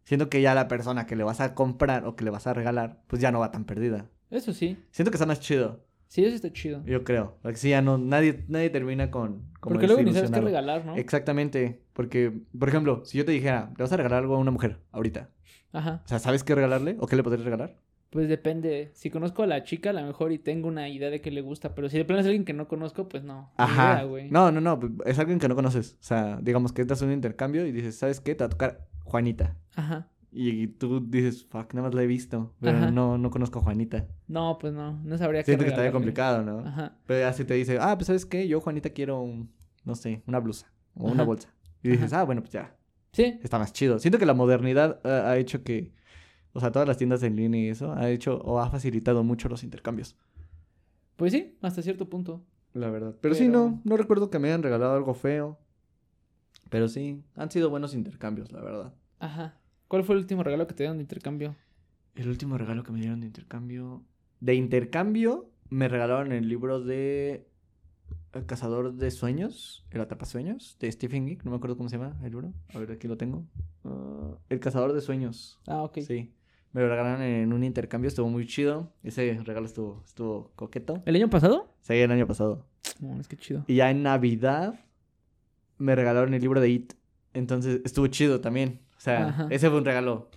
[SPEAKER 1] Siento que ya la persona que le vas a comprar o que le vas a regalar, pues ya no va tan perdida.
[SPEAKER 2] Eso sí.
[SPEAKER 1] Siento que está más chido,
[SPEAKER 2] Sí, eso está chido.
[SPEAKER 1] yo creo. Porque si ya no, nadie, nadie termina con... como
[SPEAKER 2] Porque luego ni sabes qué
[SPEAKER 1] desilusionado.
[SPEAKER 2] regalar, ¿no?
[SPEAKER 1] Exactamente, porque, por ejemplo, si yo te dijera, le vas a regalar algo a una mujer ahorita,
[SPEAKER 2] Ajá.
[SPEAKER 1] o sea, ¿sabes qué regalarle o qué le podrías regalar?
[SPEAKER 2] Pues depende. Si conozco a la chica, a lo mejor y tengo una idea de que le gusta. Pero si de plano es alguien que no conozco, pues no. Ni
[SPEAKER 1] Ajá.
[SPEAKER 2] idea, güey.
[SPEAKER 1] no, no, no. pues, Es alguien que no conoces. O sea, digamos que estás en un intercambio y dices, ¿sabes qué? Te va a tocar Juanita.
[SPEAKER 2] Ajá.
[SPEAKER 1] Y tú dices, fuck, nada más la he visto. Pero
[SPEAKER 2] Ajá.
[SPEAKER 1] no, no conozco a Juanita.
[SPEAKER 2] No, pues no. No sabría qué
[SPEAKER 1] Siento que estaría
[SPEAKER 2] regalarle.
[SPEAKER 1] complicado, ¿no?
[SPEAKER 2] Ajá.
[SPEAKER 1] Pero ya si te dice, ah, pues ¿sabes qué? Yo, Juanita, quiero un, no sé, una blusa o una
[SPEAKER 2] Ajá.
[SPEAKER 1] bolsa. Y dices, ah, bueno, pues ya,
[SPEAKER 2] Sí.
[SPEAKER 1] está más chido. Siento que la modernidad eh, ha hecho que, o sea, todas las tiendas en línea y eso, ha hecho o ha facilitado mucho los intercambios.
[SPEAKER 2] Pues sí, hasta cierto punto.
[SPEAKER 1] La verdad. Pero, sí,
[SPEAKER 2] Pero-
[SPEAKER 1] no, no recuerdo que me hayan regalado algo feo. Pero sí, han sido buenos intercambios, la verdad.
[SPEAKER 2] Ajá. ¿Cuál fue el último regalo que te dieron de intercambio?
[SPEAKER 1] El último regalo que me dieron de intercambio. De intercambio, me regalaron el libro de El Cazador de Sueños, El Atrapasueños, de Stephen King. No me acuerdo cómo se llama el libro. A ver, aquí lo tengo. Ah, el Cazador de Sueños.
[SPEAKER 2] Ah, ok.
[SPEAKER 1] Sí. Me lo regalaron en un intercambio, estuvo muy chido. Ese regalo estuvo, estuvo coqueto.
[SPEAKER 2] ¿El año pasado?
[SPEAKER 1] Sí, el año pasado.
[SPEAKER 2] No, es que chido.
[SPEAKER 1] Y ya en Navidad me regalaron el libro de It. Entonces estuvo chido también. O sea,
[SPEAKER 2] Ajá.
[SPEAKER 1] ese fue un regalo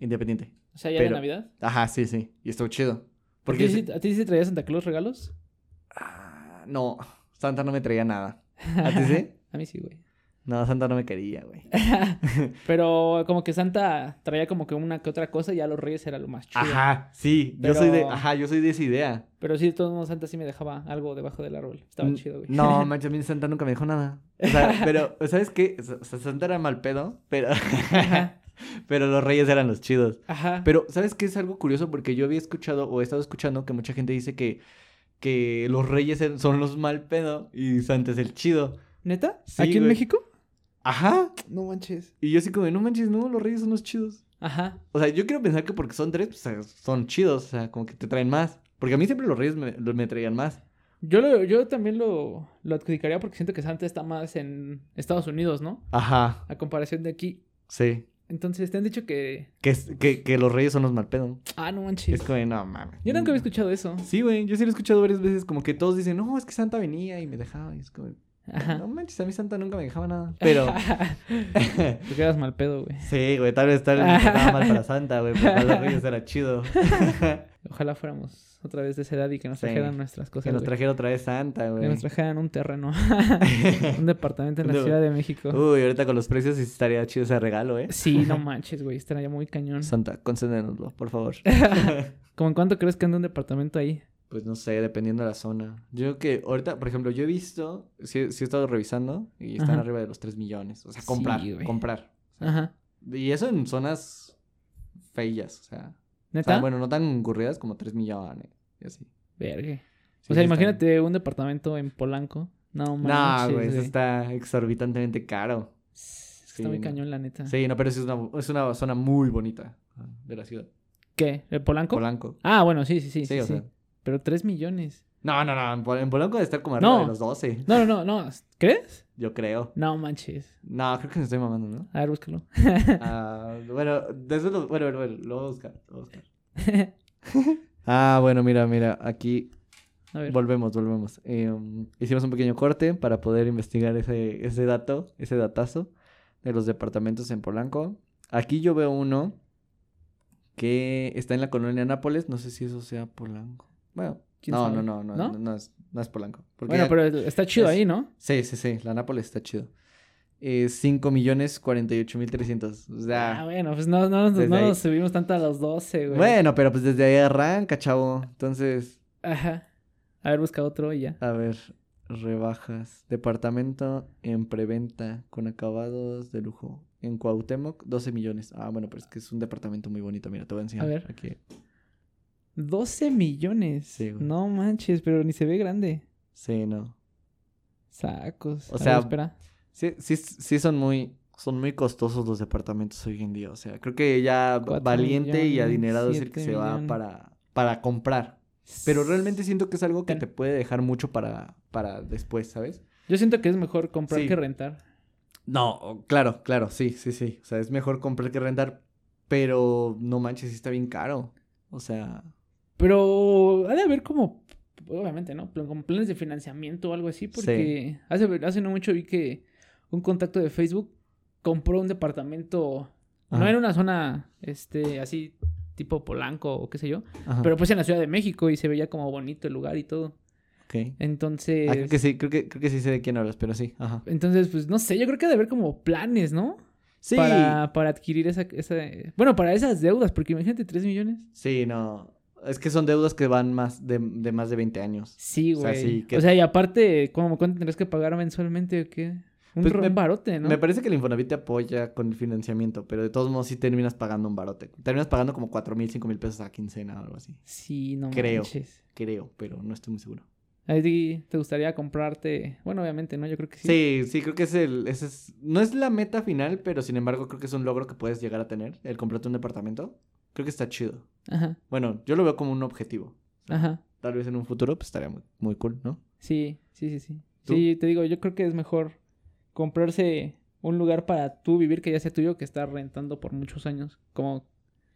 [SPEAKER 1] independiente.
[SPEAKER 2] O sea, ya de
[SPEAKER 1] Pero-
[SPEAKER 2] Navidad.
[SPEAKER 1] Ajá, sí, sí. Y estuvo chido. Porque.
[SPEAKER 2] Porque ¿A ti sí- a ti sí te traía Santa Claus regalos?
[SPEAKER 1] Ah, no, Santa no me traía nada. ¿A ti sí?
[SPEAKER 2] a mí sí, güey.
[SPEAKER 1] No, Santa no me quería, güey.
[SPEAKER 2] Pero como que Santa traía como que una que otra cosa y ya los Reyes era lo más chido.
[SPEAKER 1] Ajá, sí. Yo soy de.
[SPEAKER 2] Pero-
[SPEAKER 1] Ajá, yo soy de esa idea.
[SPEAKER 2] Pero sí, de todos modos, Santa sí me dejaba algo debajo del árbol. Estaba
[SPEAKER 1] N-
[SPEAKER 2] chido, güey.
[SPEAKER 1] Mm, No, manches, a mí Santa nunca me dejó nada. O sea, pero, ¿sabes qué? O sea, Santa era mal pedo, pero.
[SPEAKER 2] Ajá.
[SPEAKER 1] pero los reyes eran los chidos.
[SPEAKER 2] Ajá.
[SPEAKER 1] Pero, ¿sabes qué es algo curioso? Porque yo había escuchado o he estado escuchando que mucha gente dice que, que los reyes er- son los mal pedo y Santa es el chido.
[SPEAKER 2] ¿Neta?
[SPEAKER 1] Sí,
[SPEAKER 2] ¿Aquí en
[SPEAKER 1] güey.
[SPEAKER 2] México?
[SPEAKER 1] Ajá.
[SPEAKER 2] No manches.
[SPEAKER 1] Y yo así como, de, no manches, no, los reyes son los chidos.
[SPEAKER 2] Ajá.
[SPEAKER 1] O sea, yo quiero pensar que porque son tres, pues, eh, son chidos. O sea, como que te traen más. Porque a mí siempre los reyes me, lo- me traían más.
[SPEAKER 2] Yo, lo- yo también lo, lo adjudicaría porque siento que Santa está más en Estados Unidos, ¿no?
[SPEAKER 1] Ajá,
[SPEAKER 2] A comparación de aquí.
[SPEAKER 1] sí.
[SPEAKER 2] Entonces, te han dicho que...
[SPEAKER 1] Que, es- que, que los reyes son los mal pedo.
[SPEAKER 2] Ah, no manches.
[SPEAKER 1] Es como, Mm. de, no mames.
[SPEAKER 2] Yo nunca había escuchado eso.
[SPEAKER 1] Sí, güey, yo sí lo he escuchado varias veces, como que todos dicen, no, es que Santa venía y me dejaba. Y es como,
[SPEAKER 2] Ajá.
[SPEAKER 1] No manches, a mí Santa nunca me dejaba nada. Pero.
[SPEAKER 2] Te quedas mal pedo, güey.
[SPEAKER 1] sí, güey, tal vez estar estaba mal para Santa, güey. Pero para los Reyes era chido.
[SPEAKER 2] Ojalá fuéramos otra vez de esa edad y que nos
[SPEAKER 1] Sí.
[SPEAKER 2] trajeran nuestras
[SPEAKER 1] que
[SPEAKER 2] cosas.
[SPEAKER 1] nos
[SPEAKER 2] güey.
[SPEAKER 1] trajera otra vez Santa,
[SPEAKER 2] Que
[SPEAKER 1] güey.
[SPEAKER 2] nos trajeran un terreno, un departamento en la
[SPEAKER 1] Un de-
[SPEAKER 2] Ciudad de México.
[SPEAKER 1] Uy, ahorita con los precios sí estaría chido ese regalo, ¿eh?
[SPEAKER 2] Sí, no manches, güey, estaría muy cañón.
[SPEAKER 1] Santa, concédenoslo, por favor.
[SPEAKER 2] ¿Cómo en cuánto crees que anda un departamento ahí?
[SPEAKER 1] Pues no sé, dependiendo de la zona. Yo creo que ahorita, por ejemplo, yo he visto, sí, sí he estado revisando y están
[SPEAKER 2] Ajá.
[SPEAKER 1] arriba de los 3 millones. O sea, comprar,
[SPEAKER 2] Sí, güey.
[SPEAKER 1] comprar.
[SPEAKER 2] Ajá.
[SPEAKER 1] Y eso en zonas feillas, o sea. o
[SPEAKER 2] ¿Neta?
[SPEAKER 1] sea, bueno, no tan concurridas como 3 millones y así.
[SPEAKER 2] Vergue.
[SPEAKER 1] Sí,
[SPEAKER 2] o sea,
[SPEAKER 1] sí
[SPEAKER 2] imagínate un departamento en Polanco. No
[SPEAKER 1] Está...
[SPEAKER 2] manches,
[SPEAKER 1] No, güey, eso
[SPEAKER 2] güey.
[SPEAKER 1] está exorbitantemente caro.
[SPEAKER 2] Es que
[SPEAKER 1] Sí,
[SPEAKER 2] está muy
[SPEAKER 1] no.
[SPEAKER 2] cañón, la neta.
[SPEAKER 1] Sí, no, pero sí es una, es una zona muy bonita ah, de la ciudad.
[SPEAKER 2] ¿Qué? ¿El Polanco?
[SPEAKER 1] Polanco.
[SPEAKER 2] Ah, bueno, sí, sí, sí.
[SPEAKER 1] Sí,
[SPEAKER 2] sí,
[SPEAKER 1] o
[SPEAKER 2] sí.
[SPEAKER 1] sea.
[SPEAKER 2] Pero 3 millones.
[SPEAKER 1] No, no, no, en Pol- en Polanco debe estar como arriba
[SPEAKER 2] No.
[SPEAKER 1] de los 12,
[SPEAKER 2] No, no, no, no. ¿Crees?
[SPEAKER 1] yo creo.
[SPEAKER 2] No manches.
[SPEAKER 1] No, creo que me estoy mamando, ¿no?
[SPEAKER 2] A ver, búscalo.
[SPEAKER 1] Ah, bueno, desde lo, bueno, bueno, bueno, lo voy a buscar. lo voy a buscar. Ah, bueno, mira, mira, aquí
[SPEAKER 2] A ver.
[SPEAKER 1] volvemos, volvemos. Eh, um, hicimos un pequeño corte para poder investigar ese, ese dato, ese datazo de los departamentos en Polanco. Aquí yo veo uno que está en la colonia Nápoles, no sé si eso sea Polanco. Bueno,
[SPEAKER 2] ¿Quién
[SPEAKER 1] no,
[SPEAKER 2] sabe?
[SPEAKER 1] no, no, no,
[SPEAKER 2] ¿No?
[SPEAKER 1] no, no es, no es Polanco. Porque
[SPEAKER 2] Bueno,
[SPEAKER 1] ya-
[SPEAKER 2] pero está chido
[SPEAKER 1] es-
[SPEAKER 2] ahí, ¿no?
[SPEAKER 1] Sí, sí, sí, la Nápoles está chido. Eh, 5 millones 48 mil 300. O sea,
[SPEAKER 2] Ah, bueno, pues no, no, nos-
[SPEAKER 1] Desde
[SPEAKER 2] no
[SPEAKER 1] ahí.
[SPEAKER 2] nos subimos tanto a los 12, güey.
[SPEAKER 1] Bueno, pero pues desde ahí arranca, chavo. Entonces,
[SPEAKER 2] Ajá. A ver, busca otro y ya.
[SPEAKER 1] a ver, rebajas. Departamento en preventa con acabados de lujo. En Cuauhtémoc, 12 millones. Ah, bueno, pero es que es un departamento muy bonito. Mira, te voy a enseñar.
[SPEAKER 2] A ver.
[SPEAKER 1] Aquí.
[SPEAKER 2] 12 millones.
[SPEAKER 1] Sí, güey.
[SPEAKER 2] No manches, pero ni se ve grande.
[SPEAKER 1] Sí, no.
[SPEAKER 2] Sacos.
[SPEAKER 1] O
[SPEAKER 2] A ver,
[SPEAKER 1] sea,
[SPEAKER 2] espera.
[SPEAKER 1] Sí, sí, sí son muy, son muy costosos los departamentos hoy en día. O sea, creo que ya
[SPEAKER 2] Cuatro
[SPEAKER 1] valiente y
[SPEAKER 2] millones,
[SPEAKER 1] adinerado es el que
[SPEAKER 2] siete
[SPEAKER 1] se va
[SPEAKER 2] millones.
[SPEAKER 1] para, para comprar. Pero realmente siento que es algo que te puede dejar mucho para, para después, ¿sabes?
[SPEAKER 2] Yo siento que es mejor comprar
[SPEAKER 1] Sí.
[SPEAKER 2] que rentar.
[SPEAKER 1] No, claro, claro, sí, sí, sí. O sea, es mejor comprar que rentar, pero no manches, sí está bien caro. O sea,
[SPEAKER 2] Pero ha de haber como, obviamente, ¿no? Pl- Como planes de financiamiento o algo así, porque hace, hace no mucho vi que un contacto de Facebook compró un departamento, no
[SPEAKER 1] Ajá.
[SPEAKER 2] era una zona, este, así tipo Polanco o qué sé yo,
[SPEAKER 1] ajá,
[SPEAKER 2] pero pues en la Ciudad de México y se veía como bonito el lugar y todo.
[SPEAKER 1] ok.
[SPEAKER 2] Entonces,
[SPEAKER 1] Ah, creo que sí, creo que, creo que sí sé de quién hablas, pero sí, ajá.
[SPEAKER 2] entonces, pues no sé, yo creo que ha de haber como planes, ¿no?
[SPEAKER 1] Sí,
[SPEAKER 2] Para, para adquirir esa, esa, bueno, para esas deudas, porque imagínate 3 millones.
[SPEAKER 1] sí, no. Es que son deudas que van más de, de más de 20 años.
[SPEAKER 2] Sí,
[SPEAKER 1] O sea,
[SPEAKER 2] güey. O
[SPEAKER 1] sí,
[SPEAKER 2] sea,
[SPEAKER 1] que-
[SPEAKER 2] y aparte, ¿cómo, ¿cuánto tendrás que pagar mensualmente o qué? Un
[SPEAKER 1] Pues
[SPEAKER 2] ro-
[SPEAKER 1] me-
[SPEAKER 2] un barote, ¿no?
[SPEAKER 1] Me parece que el Infonavit te apoya con el financiamiento, pero de todos modos sí terminas pagando un barote. Terminas pagando como 4 mil, 5 mil pesos a quincena o algo así.
[SPEAKER 2] Sí, no
[SPEAKER 1] Creo.
[SPEAKER 2] manches.
[SPEAKER 1] Creo, pero no estoy muy seguro.
[SPEAKER 2] A ti te gustaría comprarte... Bueno, obviamente, ¿no? Yo creo que sí.
[SPEAKER 1] Sí, sí, creo que es el, ese es, no es la meta final, pero sin embargo creo que es un logro que puedes llegar a tener, el comprarte un departamento. Creo que está chido.
[SPEAKER 2] Ajá,
[SPEAKER 1] Bueno, yo lo veo como un objetivo.
[SPEAKER 2] ajá.
[SPEAKER 1] Tal vez en un futuro pues estaría muy, muy cool, ¿no?
[SPEAKER 2] Sí, sí, sí, sí.
[SPEAKER 1] ¿Tú?
[SPEAKER 2] Sí, te digo, yo creo que es mejor comprarse un lugar para tú vivir que ya sea tuyo que estar rentando por muchos años. Como,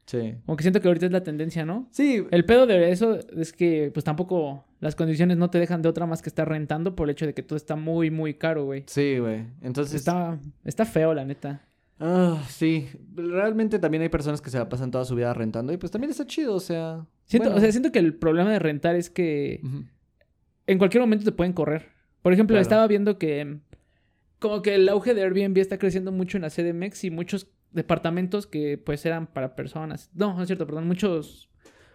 [SPEAKER 1] Sí.
[SPEAKER 2] como que siento que ahorita es la tendencia, ¿no?
[SPEAKER 1] Sí, eh,
[SPEAKER 2] El pedo de eso es que, pues, tampoco... Las condiciones no te dejan de otra más que estar rentando por el hecho de que todo está muy, muy caro, güey.
[SPEAKER 1] sí, güey. Entonces...
[SPEAKER 2] Está, está feo, la neta.
[SPEAKER 1] Ah, sí. Realmente también hay personas que se la pasan toda su vida rentando y pues también está chido, o sea...
[SPEAKER 2] Siento,
[SPEAKER 1] bueno.
[SPEAKER 2] O sea, siento que el problema de rentar es que
[SPEAKER 1] Ujú.
[SPEAKER 2] en cualquier momento te pueden correr. Por ejemplo,
[SPEAKER 1] Claro.
[SPEAKER 2] estaba viendo que mm, como que el auge de Airbnb está creciendo mucho en la CDMX y muchos departamentos que pues eran para personas. No, no es cierto, perdón, muchos...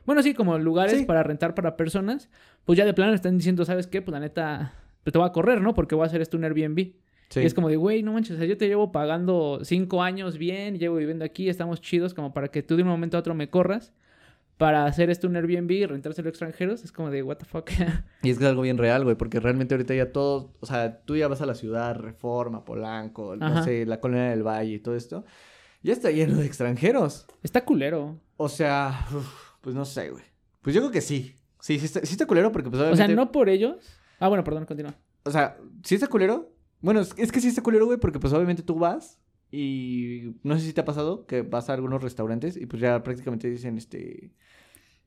[SPEAKER 2] Bueno, sí, como lugares
[SPEAKER 1] Sí.
[SPEAKER 2] para rentar para personas, pues ya de plano están diciendo, ¿sabes qué? Pues la neta, pues te va a correr, ¿no? Porque voy a hacer esto un Airbnb.
[SPEAKER 1] Sí.
[SPEAKER 2] Y es como de, güey, no manches, o sea, yo te llevo pagando cinco años bien, llevo viviendo aquí, estamos chidos, como para que tú de un momento a otro me corras para hacer esto un Airbnb y rentárselo a extranjeros. Es como de, what the fuck.
[SPEAKER 1] Y es que es algo bien real, güey, porque realmente ahorita ya todo, o sea, tú ya vas a la ciudad, Reforma, Polanco,
[SPEAKER 2] Ajá.
[SPEAKER 1] no sé, la Colonia del Valle y todo esto, ya está lleno de extranjeros.
[SPEAKER 2] Está culero.
[SPEAKER 1] O sea, uf, pues no sé, güey. Pues yo creo que sí. Sí, sí está, sí está culero porque pues
[SPEAKER 2] O sea,
[SPEAKER 1] obviamente...
[SPEAKER 2] no por ellos. Ah, bueno, perdón, continúa.
[SPEAKER 1] O sea, sí está culero. Bueno, es, es que sí está culero, güey, porque pues obviamente tú vas y no sé si te ha pasado que vas a algunos restaurantes y pues ya prácticamente dicen, este...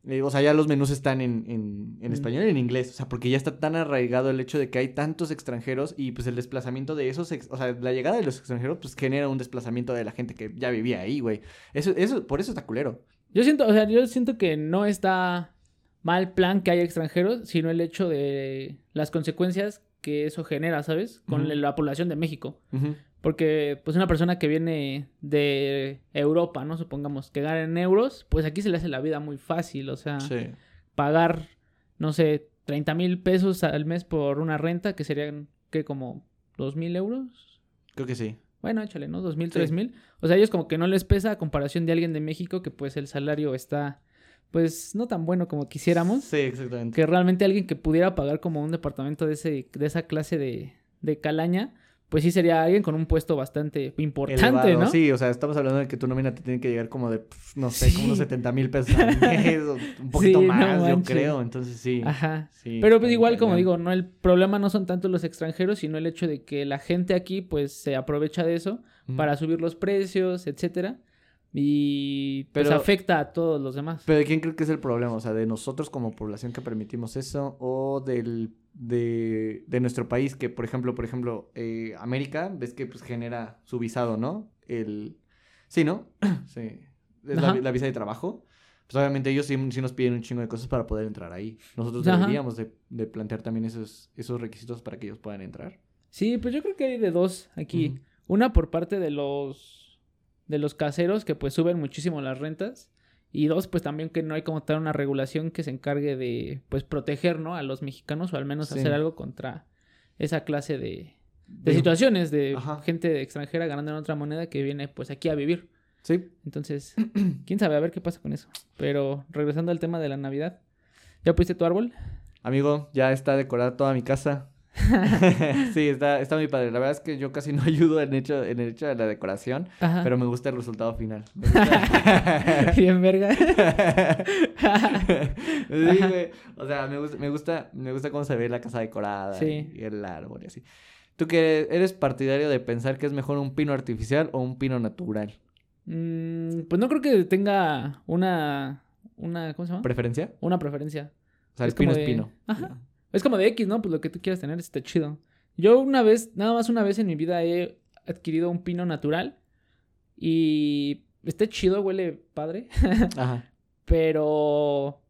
[SPEAKER 1] Eh, o sea, ya los menús están en, en, en
[SPEAKER 2] Mm.
[SPEAKER 1] español y en inglés. O sea, porque ya está tan arraigado el hecho de que hay tantos extranjeros y pues el desplazamiento de esos, ex- o sea, la llegada de los extranjeros pues genera un desplazamiento de la gente que ya vivía ahí, güey. Eso, eso, por eso está culero.
[SPEAKER 2] Yo siento, o sea, yo siento que no está mal plan que haya extranjeros, sino el hecho de las consecuencias que eso genera, ¿sabes? Con
[SPEAKER 1] Ujú.
[SPEAKER 2] la población de México.
[SPEAKER 1] Ujú.
[SPEAKER 2] Porque, pues, una persona que viene de Europa, ¿no? Supongamos que gana en euros, pues aquí se le hace la vida muy fácil. O sea,
[SPEAKER 1] Sí.
[SPEAKER 2] pagar, no sé, 30 mil pesos al mes por una renta, que serían, ¿qué? Como 2 mil euros.
[SPEAKER 1] Creo que sí.
[SPEAKER 2] Bueno, échale, ¿no? 2 mil,
[SPEAKER 1] Sí.
[SPEAKER 2] 3 mil. O sea, ellos como que no les pesa a comparación de alguien de México que pues el salario está, pues, no tan bueno como quisiéramos.
[SPEAKER 1] Sí, exactamente.
[SPEAKER 2] Que realmente alguien que pudiera pagar como un departamento de, ese, de esa clase de, de calaña, pues sí sería alguien con un puesto bastante importante,
[SPEAKER 1] Elevado.
[SPEAKER 2] ¿no?
[SPEAKER 1] Sí, o sea, estamos hablando de que tu nómina te tiene que llegar como de, pf, no sé, como unos
[SPEAKER 2] Sí.
[SPEAKER 1] 70 mil pesos al mes, o un poquito
[SPEAKER 2] Sí, no
[SPEAKER 1] más, yo
[SPEAKER 2] manches.
[SPEAKER 1] creo. Entonces sí.
[SPEAKER 2] Ajá.
[SPEAKER 1] sí,
[SPEAKER 2] Pero
[SPEAKER 1] está
[SPEAKER 2] pues igual,
[SPEAKER 1] bien
[SPEAKER 2] como
[SPEAKER 1] cañón.
[SPEAKER 2] digo, no el problema no son tanto los extranjeros, sino el hecho de que la gente aquí pues se aprovecha de eso
[SPEAKER 1] Ujú.
[SPEAKER 2] para subir los precios, etcétera, y pues
[SPEAKER 1] Pero-
[SPEAKER 2] afecta a todos los demás.
[SPEAKER 1] Pero ¿de quién cree que es el problema? O sea, de nosotros como población que permitimos eso o del de, de nuestro país que, por ejemplo, por ejemplo, eh, América, ves que pues genera su visado, ¿no? El... Sí, ¿no? sí. Es la,
[SPEAKER 2] Ajá.
[SPEAKER 1] la visa de trabajo. Pues obviamente ellos sí, sí nos piden un chingo de cosas para poder entrar ahí. Nosotros
[SPEAKER 2] Ajá.
[SPEAKER 1] deberíamos de, de plantear también esos, esos requisitos para que ellos puedan entrar.
[SPEAKER 2] Sí, pues yo creo que hay de dos aquí.
[SPEAKER 1] Ujú.
[SPEAKER 2] Una por parte de los de los caseros que pues suben muchísimo las rentas y dos pues también que no hay como tal una regulación que se encargue de pues proteger, ¿no? a los mexicanos o al menos
[SPEAKER 1] Sí.
[SPEAKER 2] hacer algo contra esa clase de de
[SPEAKER 1] Sí.
[SPEAKER 2] situaciones de
[SPEAKER 1] Ajá.
[SPEAKER 2] gente extranjera ganando en otra moneda que viene pues aquí a vivir.
[SPEAKER 1] Sí.
[SPEAKER 2] Entonces, quién sabe, a ver qué pasa con eso. Pero regresando al tema de la Navidad, ¿ya pusiste tu árbol?
[SPEAKER 1] Amigo, ya está decorada toda mi casa. sí, está, está muy padre. La verdad es que yo casi no ayudo en, hecho, en el hecho de la decoración.
[SPEAKER 2] Ajá.
[SPEAKER 1] Pero me gusta el resultado final. Me gusta-
[SPEAKER 2] Bien verga.
[SPEAKER 1] Sí, güey. O sea, me gusta, me gusta, me gusta cómo se ve la casa decorada
[SPEAKER 2] Sí.
[SPEAKER 1] y el árbol y así. ¿Tú que eres partidario de pensar que es mejor un pino artificial o un pino natural?
[SPEAKER 2] Mm, pues no creo que tenga una una ¿cómo se llama?
[SPEAKER 1] ¿Preferencia?
[SPEAKER 2] una preferencia.
[SPEAKER 1] O sea,
[SPEAKER 2] Es
[SPEAKER 1] el pino
[SPEAKER 2] como
[SPEAKER 1] es
[SPEAKER 2] de-
[SPEAKER 1] pino.
[SPEAKER 2] Ajá. Es como de X, ¿no? Pues lo que tú quieras tener está chido. Yo una vez, nada más una vez en mi vida he adquirido un pino natural y está chido, huele padre,
[SPEAKER 1] Ajá.
[SPEAKER 2] pero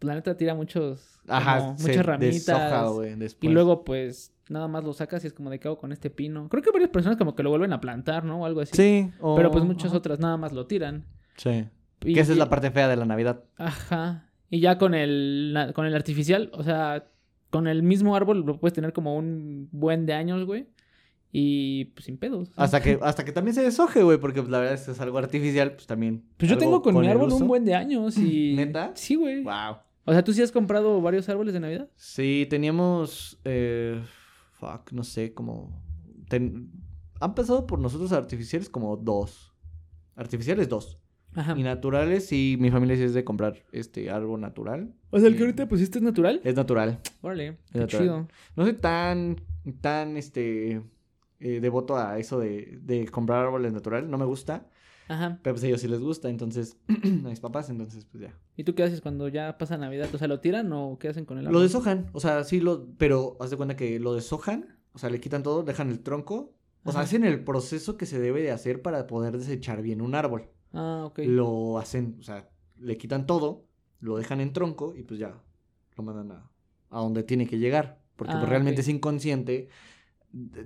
[SPEAKER 2] la neta tira muchos
[SPEAKER 1] Ajá.
[SPEAKER 2] como
[SPEAKER 1] se
[SPEAKER 2] muchas ramitas.
[SPEAKER 1] deshoja, güey, después.
[SPEAKER 2] Y luego, pues, nada más lo sacas y es como de qué hago con este pino. Creo que varias personas como que lo vuelven a plantar, ¿no? O algo así.
[SPEAKER 1] Sí. o-
[SPEAKER 2] Pero pues muchas
[SPEAKER 1] ajá.
[SPEAKER 2] otras nada más lo tiran.
[SPEAKER 1] Sí.
[SPEAKER 2] Y-
[SPEAKER 1] que esa es
[SPEAKER 2] y-
[SPEAKER 1] la parte fea de la Navidad.
[SPEAKER 2] Ajá. Y ya con el, na- con el artificial, o sea, con el mismo árbol lo puedes tener como un buen de años, güey. Y pues sin pedos. ¿no?
[SPEAKER 1] Hasta que, hasta que también se deshoje, güey, porque pues, la verdad es que es algo artificial, pues también.
[SPEAKER 2] Pues yo
[SPEAKER 1] algo
[SPEAKER 2] tengo con, mi
[SPEAKER 1] el
[SPEAKER 2] árbol
[SPEAKER 1] uso.
[SPEAKER 2] un buen de años y...
[SPEAKER 1] ¿Neta?
[SPEAKER 2] Sí, güey.
[SPEAKER 1] Wow.
[SPEAKER 2] O sea, ¿tú sí has comprado varios árboles de Navidad?
[SPEAKER 1] Sí, teníamos. eh, fuck, no sé, como. ten- Han pasado por nosotros artificiales como dos. Artificiales dos.
[SPEAKER 2] Ajá.
[SPEAKER 1] Y naturales, y mi familia sí es de comprar este árbol natural.
[SPEAKER 2] O sea, el que
[SPEAKER 1] Y-
[SPEAKER 2] ahorita pusiste es natural.
[SPEAKER 1] Es natural.
[SPEAKER 2] Órale, qué
[SPEAKER 1] natural.
[SPEAKER 2] chido.
[SPEAKER 1] No soy tan. tan este. eh, devoto a eso de, de comprar árboles naturales. No me gusta.
[SPEAKER 2] Ajá.
[SPEAKER 1] Pero pues a ellos sí les gusta. Entonces. a mis papás, entonces, pues ya.
[SPEAKER 2] ¿Y tú qué haces cuando ya pasa Navidad? O sea, ¿lo tiran o qué hacen con el árbol?
[SPEAKER 1] Lo deshojan, o sea, sí lo, pero haz de cuenta que lo deshojan, o sea, le quitan todo, dejan el tronco, o sea,
[SPEAKER 2] Ajá.
[SPEAKER 1] hacen el proceso que se debe de hacer para poder desechar bien un árbol.
[SPEAKER 2] Ah, ok.
[SPEAKER 1] Lo hacen, o sea, le quitan todo, lo dejan en tronco y pues ya lo mandan a, a donde tiene que llegar, porque pues,
[SPEAKER 2] Ah,
[SPEAKER 1] realmente
[SPEAKER 2] ok.
[SPEAKER 1] es inconsciente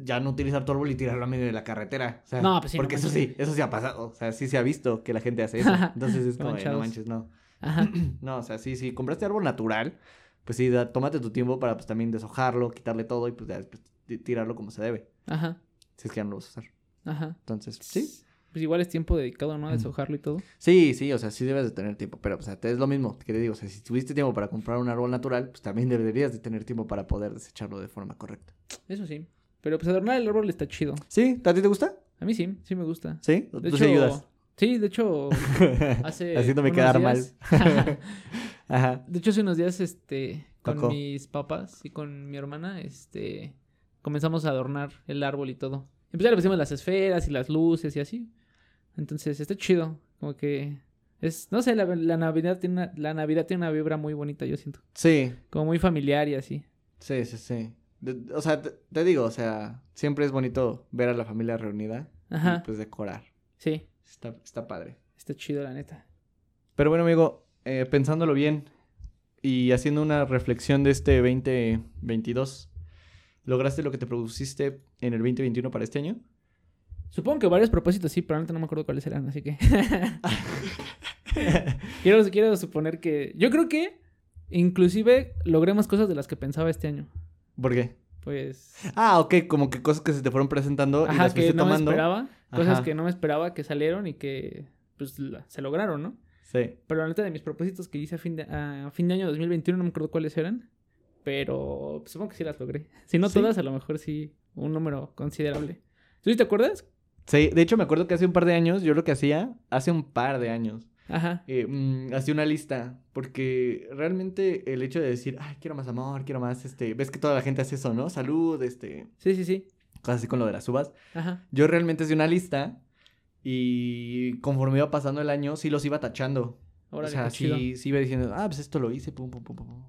[SPEAKER 1] ya no utilizar tu árbol y tirarlo a medio de la carretera, o sea,
[SPEAKER 2] No, pues sí, no
[SPEAKER 1] porque eso
[SPEAKER 2] manches.
[SPEAKER 1] sí, eso sí ha pasado, o sea, sí se ha visto que la gente hace eso, entonces es como, de, no
[SPEAKER 2] Manchados.
[SPEAKER 1] manches, no.
[SPEAKER 2] Ajá.
[SPEAKER 1] No, o sea, sí, sí, compraste árbol natural, pues sí, da- tómate tu tiempo para pues también deshojarlo, quitarle todo y pues ya después ti- tirarlo como se debe.
[SPEAKER 2] Ajá.
[SPEAKER 1] Si es que ya no lo vas a usar.
[SPEAKER 2] Ajá.
[SPEAKER 1] Entonces, sí.
[SPEAKER 2] Pues igual es tiempo dedicado, ¿no? A deshojarlo y todo.
[SPEAKER 1] Sí, sí, o sea, sí debes de tener tiempo, pero pues, o sea, te es lo mismo, que te digo, o sea, si tuviste tiempo para comprar un árbol natural, pues también deberías de tener tiempo para poder desecharlo de forma correcta.
[SPEAKER 2] Eso sí. Pero pues adornar el árbol está chido.
[SPEAKER 1] ¿Sí? ¿A ti te gusta?
[SPEAKER 2] A mí sí, sí me gusta.
[SPEAKER 1] Sí. Tú
[SPEAKER 2] De hecho,
[SPEAKER 1] sí ayudas.
[SPEAKER 2] Sí, de hecho, hace.
[SPEAKER 1] Haciéndome
[SPEAKER 2] unos
[SPEAKER 1] quedar
[SPEAKER 2] días-
[SPEAKER 1] mal. Ajá.
[SPEAKER 2] de hecho, hace unos días, este, con
[SPEAKER 1] Tocó.
[SPEAKER 2] mis papás y con mi hermana, este, comenzamos a adornar el árbol y todo. Y pues ya le pusimos las esferas y las luces y así. Entonces, está chido. Como que Es, no sé, la, la Navidad tiene una, la Navidad tiene una vibra muy bonita, yo siento.
[SPEAKER 1] Sí,
[SPEAKER 2] Como muy familiar y así.
[SPEAKER 1] sí, sí, sí. De- o sea, te, te digo, o sea, siempre es bonito ver a la familia reunida y
[SPEAKER 2] Ajá.
[SPEAKER 1] pues decorar.
[SPEAKER 2] Sí,
[SPEAKER 1] Está, está padre.
[SPEAKER 2] está chido, la neta.
[SPEAKER 1] Pero bueno, amigo, eh, pensándolo bien y haciendo una reflexión de este 2022, ¿lograste lo que te produciste en el 2021 para este año?
[SPEAKER 2] Supongo que varios propósitos sí, pero ahorita no me acuerdo cuáles eran, así que. quiero, quiero suponer que. Yo creo que inclusive logré más cosas de las que pensaba este año.
[SPEAKER 1] ¿Por qué?
[SPEAKER 2] Pues.
[SPEAKER 1] Ah, ok, como que cosas que se te fueron presentando Oh, y
[SPEAKER 2] Ajá,
[SPEAKER 1] las
[SPEAKER 2] que
[SPEAKER 1] fuiste
[SPEAKER 2] no me
[SPEAKER 1] tomando.
[SPEAKER 2] esperaba. Cosas
[SPEAKER 1] Ajá.
[SPEAKER 2] que no me esperaba que salieron y que pues la- se lograron, ¿no?
[SPEAKER 1] Sí.
[SPEAKER 2] Pero la neta de mis propósitos que hice a fin de, a fin de año 2021, no me acuerdo cuáles eran. Pero pues, supongo que sí las logré. Si no
[SPEAKER 1] ¿Sí?
[SPEAKER 2] todas, a lo mejor sí un número considerable. ¿Tú sí te acuerdas?
[SPEAKER 1] Sí, de hecho me acuerdo que hace un par de años, yo lo que hacía, hace un par de años,
[SPEAKER 2] Ajá.
[SPEAKER 1] eh, mm, hacía una lista, porque realmente el hecho de decir, ay, quiero más amor, quiero más, este, ves que toda la gente hace eso, ¿no? Salud, este,
[SPEAKER 2] Sí, sí, sí.
[SPEAKER 1] cosas así con lo de las uvas.
[SPEAKER 2] Ajá.
[SPEAKER 1] Yo realmente hacía una lista y conforme iba pasando el año, sí los iba tachando.
[SPEAKER 2] Ahora
[SPEAKER 1] o sea, sí, sí iba diciendo, ah, pues esto lo hice, pum, pum, pum, pum. pum".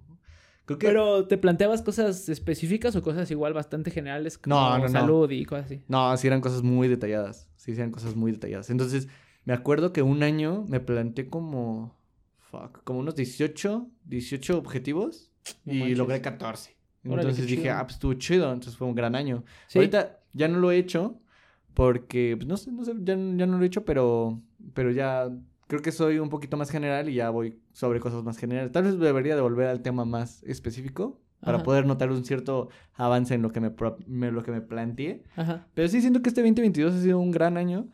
[SPEAKER 1] Creo que...
[SPEAKER 2] Pero ¿te planteabas cosas específicas o cosas igual bastante generales como
[SPEAKER 1] No, no, no.
[SPEAKER 2] salud y cosas así?
[SPEAKER 1] No, sí eran cosas muy detalladas. Sí, sí eran cosas muy detalladas. Entonces, me acuerdo que un año me planteé como. Fuck, como unos 18, 18 objetivos
[SPEAKER 2] No
[SPEAKER 1] y
[SPEAKER 2] manches.
[SPEAKER 1] logré 14.
[SPEAKER 2] Órale,
[SPEAKER 1] Entonces
[SPEAKER 2] qué
[SPEAKER 1] dije,
[SPEAKER 2] chido.
[SPEAKER 1] ah, pues estuvo chido. Entonces fue un gran año.
[SPEAKER 2] Sí.
[SPEAKER 1] Ahorita ya no lo he hecho porque, pues no sé, no sé, ya, ya no lo he hecho, pero, pero ya creo que soy un poquito más general y ya voy sobre cosas más generales. Tal vez debería de volver al tema más específico para
[SPEAKER 2] Ajá.
[SPEAKER 1] poder notar un cierto avance en lo que me, pro- me- lo que me planteé.
[SPEAKER 2] Ajá.
[SPEAKER 1] Pero sí siento que este 2022 ha sido un gran año.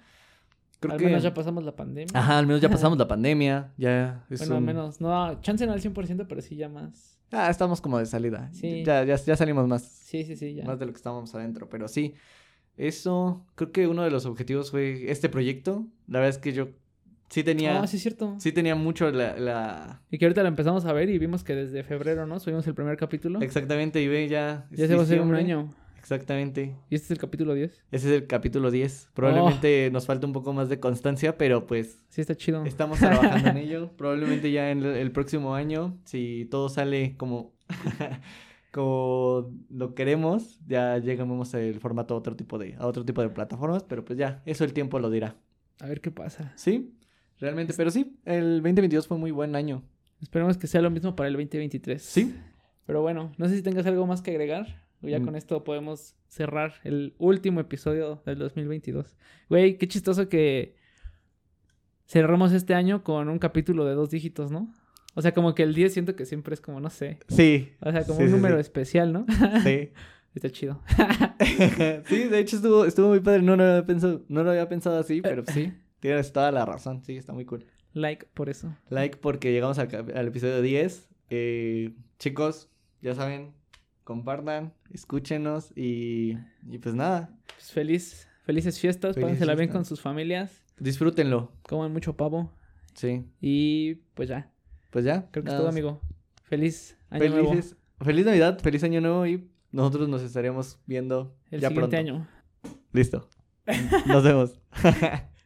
[SPEAKER 1] Creo
[SPEAKER 2] al
[SPEAKER 1] que...
[SPEAKER 2] menos ya pasamos la pandemia.
[SPEAKER 1] Ajá, al menos ya pasamos la pandemia. Ya es
[SPEAKER 2] bueno, al
[SPEAKER 1] un-
[SPEAKER 2] menos. No, chance no al 100%, pero sí ya más.
[SPEAKER 1] Ah, estamos como de salida.
[SPEAKER 2] Sí.
[SPEAKER 1] Ya, ya, ya salimos más,
[SPEAKER 2] Sí, sí, sí, ya.
[SPEAKER 1] más de lo que estábamos adentro. Pero sí, eso... Creo que uno de los objetivos fue este proyecto. La verdad es que yo sí tenía...
[SPEAKER 2] Ah, sí
[SPEAKER 1] sí.
[SPEAKER 2] es cierto.
[SPEAKER 1] tenía mucho la... la-
[SPEAKER 2] Y que ahorita la empezamos a ver y vimos que desde febrero, ¿no? Subimos el primer capítulo.
[SPEAKER 1] Exactamente, y ve ya... es
[SPEAKER 2] Ya se va a hacer un
[SPEAKER 1] diciembre.
[SPEAKER 2] año.
[SPEAKER 1] Exactamente.
[SPEAKER 2] Y este es el capítulo 10.
[SPEAKER 1] Ese es el capítulo 10.
[SPEAKER 2] Oh.
[SPEAKER 1] Probablemente nos falta un poco más de constancia, pero pues...
[SPEAKER 2] Sí, está chido.
[SPEAKER 1] Estamos trabajando en ello. Probablemente ya en el- el próximo año, si todo sale como, como lo queremos, ya llegamos el formato a otro tipo de, a otro tipo de plataformas, pero pues ya, eso el tiempo lo dirá.
[SPEAKER 2] A ver qué pasa.
[SPEAKER 1] ¿Sí? Realmente, pero sí, el 2022 fue muy buen año.
[SPEAKER 2] Esperemos que sea lo mismo para el 2023.
[SPEAKER 1] ¿Sí?
[SPEAKER 2] Pero bueno, no sé si tengas algo más que agregar. O ya
[SPEAKER 1] Mm.
[SPEAKER 2] con esto podemos cerrar el último episodio del 2022. Güey, qué chistoso que cerramos este año con un capítulo de dos dígitos, ¿no? O sea, como que el 10 siento que siempre es como, no sé.
[SPEAKER 1] Sí.
[SPEAKER 2] O sea, como
[SPEAKER 1] Sí,
[SPEAKER 2] un
[SPEAKER 1] sí,
[SPEAKER 2] número ¿eh?
[SPEAKER 1] sí.
[SPEAKER 2] especial, ¿no?
[SPEAKER 1] Sí.
[SPEAKER 2] Está chido.
[SPEAKER 1] Sí, de hecho estuvo, estuvo muy padre. No, lo había pensado, no lo había pensado así, pero sí, tienes toda la razón. Sí, está muy cool.
[SPEAKER 2] Like por eso.
[SPEAKER 1] Like porque llegamos al, cap- al episodio 10. Eh, chicos, ya saben, compartan, escúchenos y, y pues nada,
[SPEAKER 2] Pues feliz, felices fiestas,
[SPEAKER 1] Felices
[SPEAKER 2] pásensela bien
[SPEAKER 1] fiestas.
[SPEAKER 2] con sus familias,
[SPEAKER 1] disfrútenlo.
[SPEAKER 2] coman mucho pavo
[SPEAKER 1] Sí,
[SPEAKER 2] y pues ya,
[SPEAKER 1] pues ya.
[SPEAKER 2] creo que es
[SPEAKER 1] nada
[SPEAKER 2] todo,
[SPEAKER 1] más.
[SPEAKER 2] amigo. Feliz año nuevo.
[SPEAKER 1] Felices, feliz Navidad, feliz año nuevo y nosotros nos estaremos viendo
[SPEAKER 2] El
[SPEAKER 1] ya
[SPEAKER 2] siguiente
[SPEAKER 1] pronto.
[SPEAKER 2] año.
[SPEAKER 1] Listo. Nos vemos.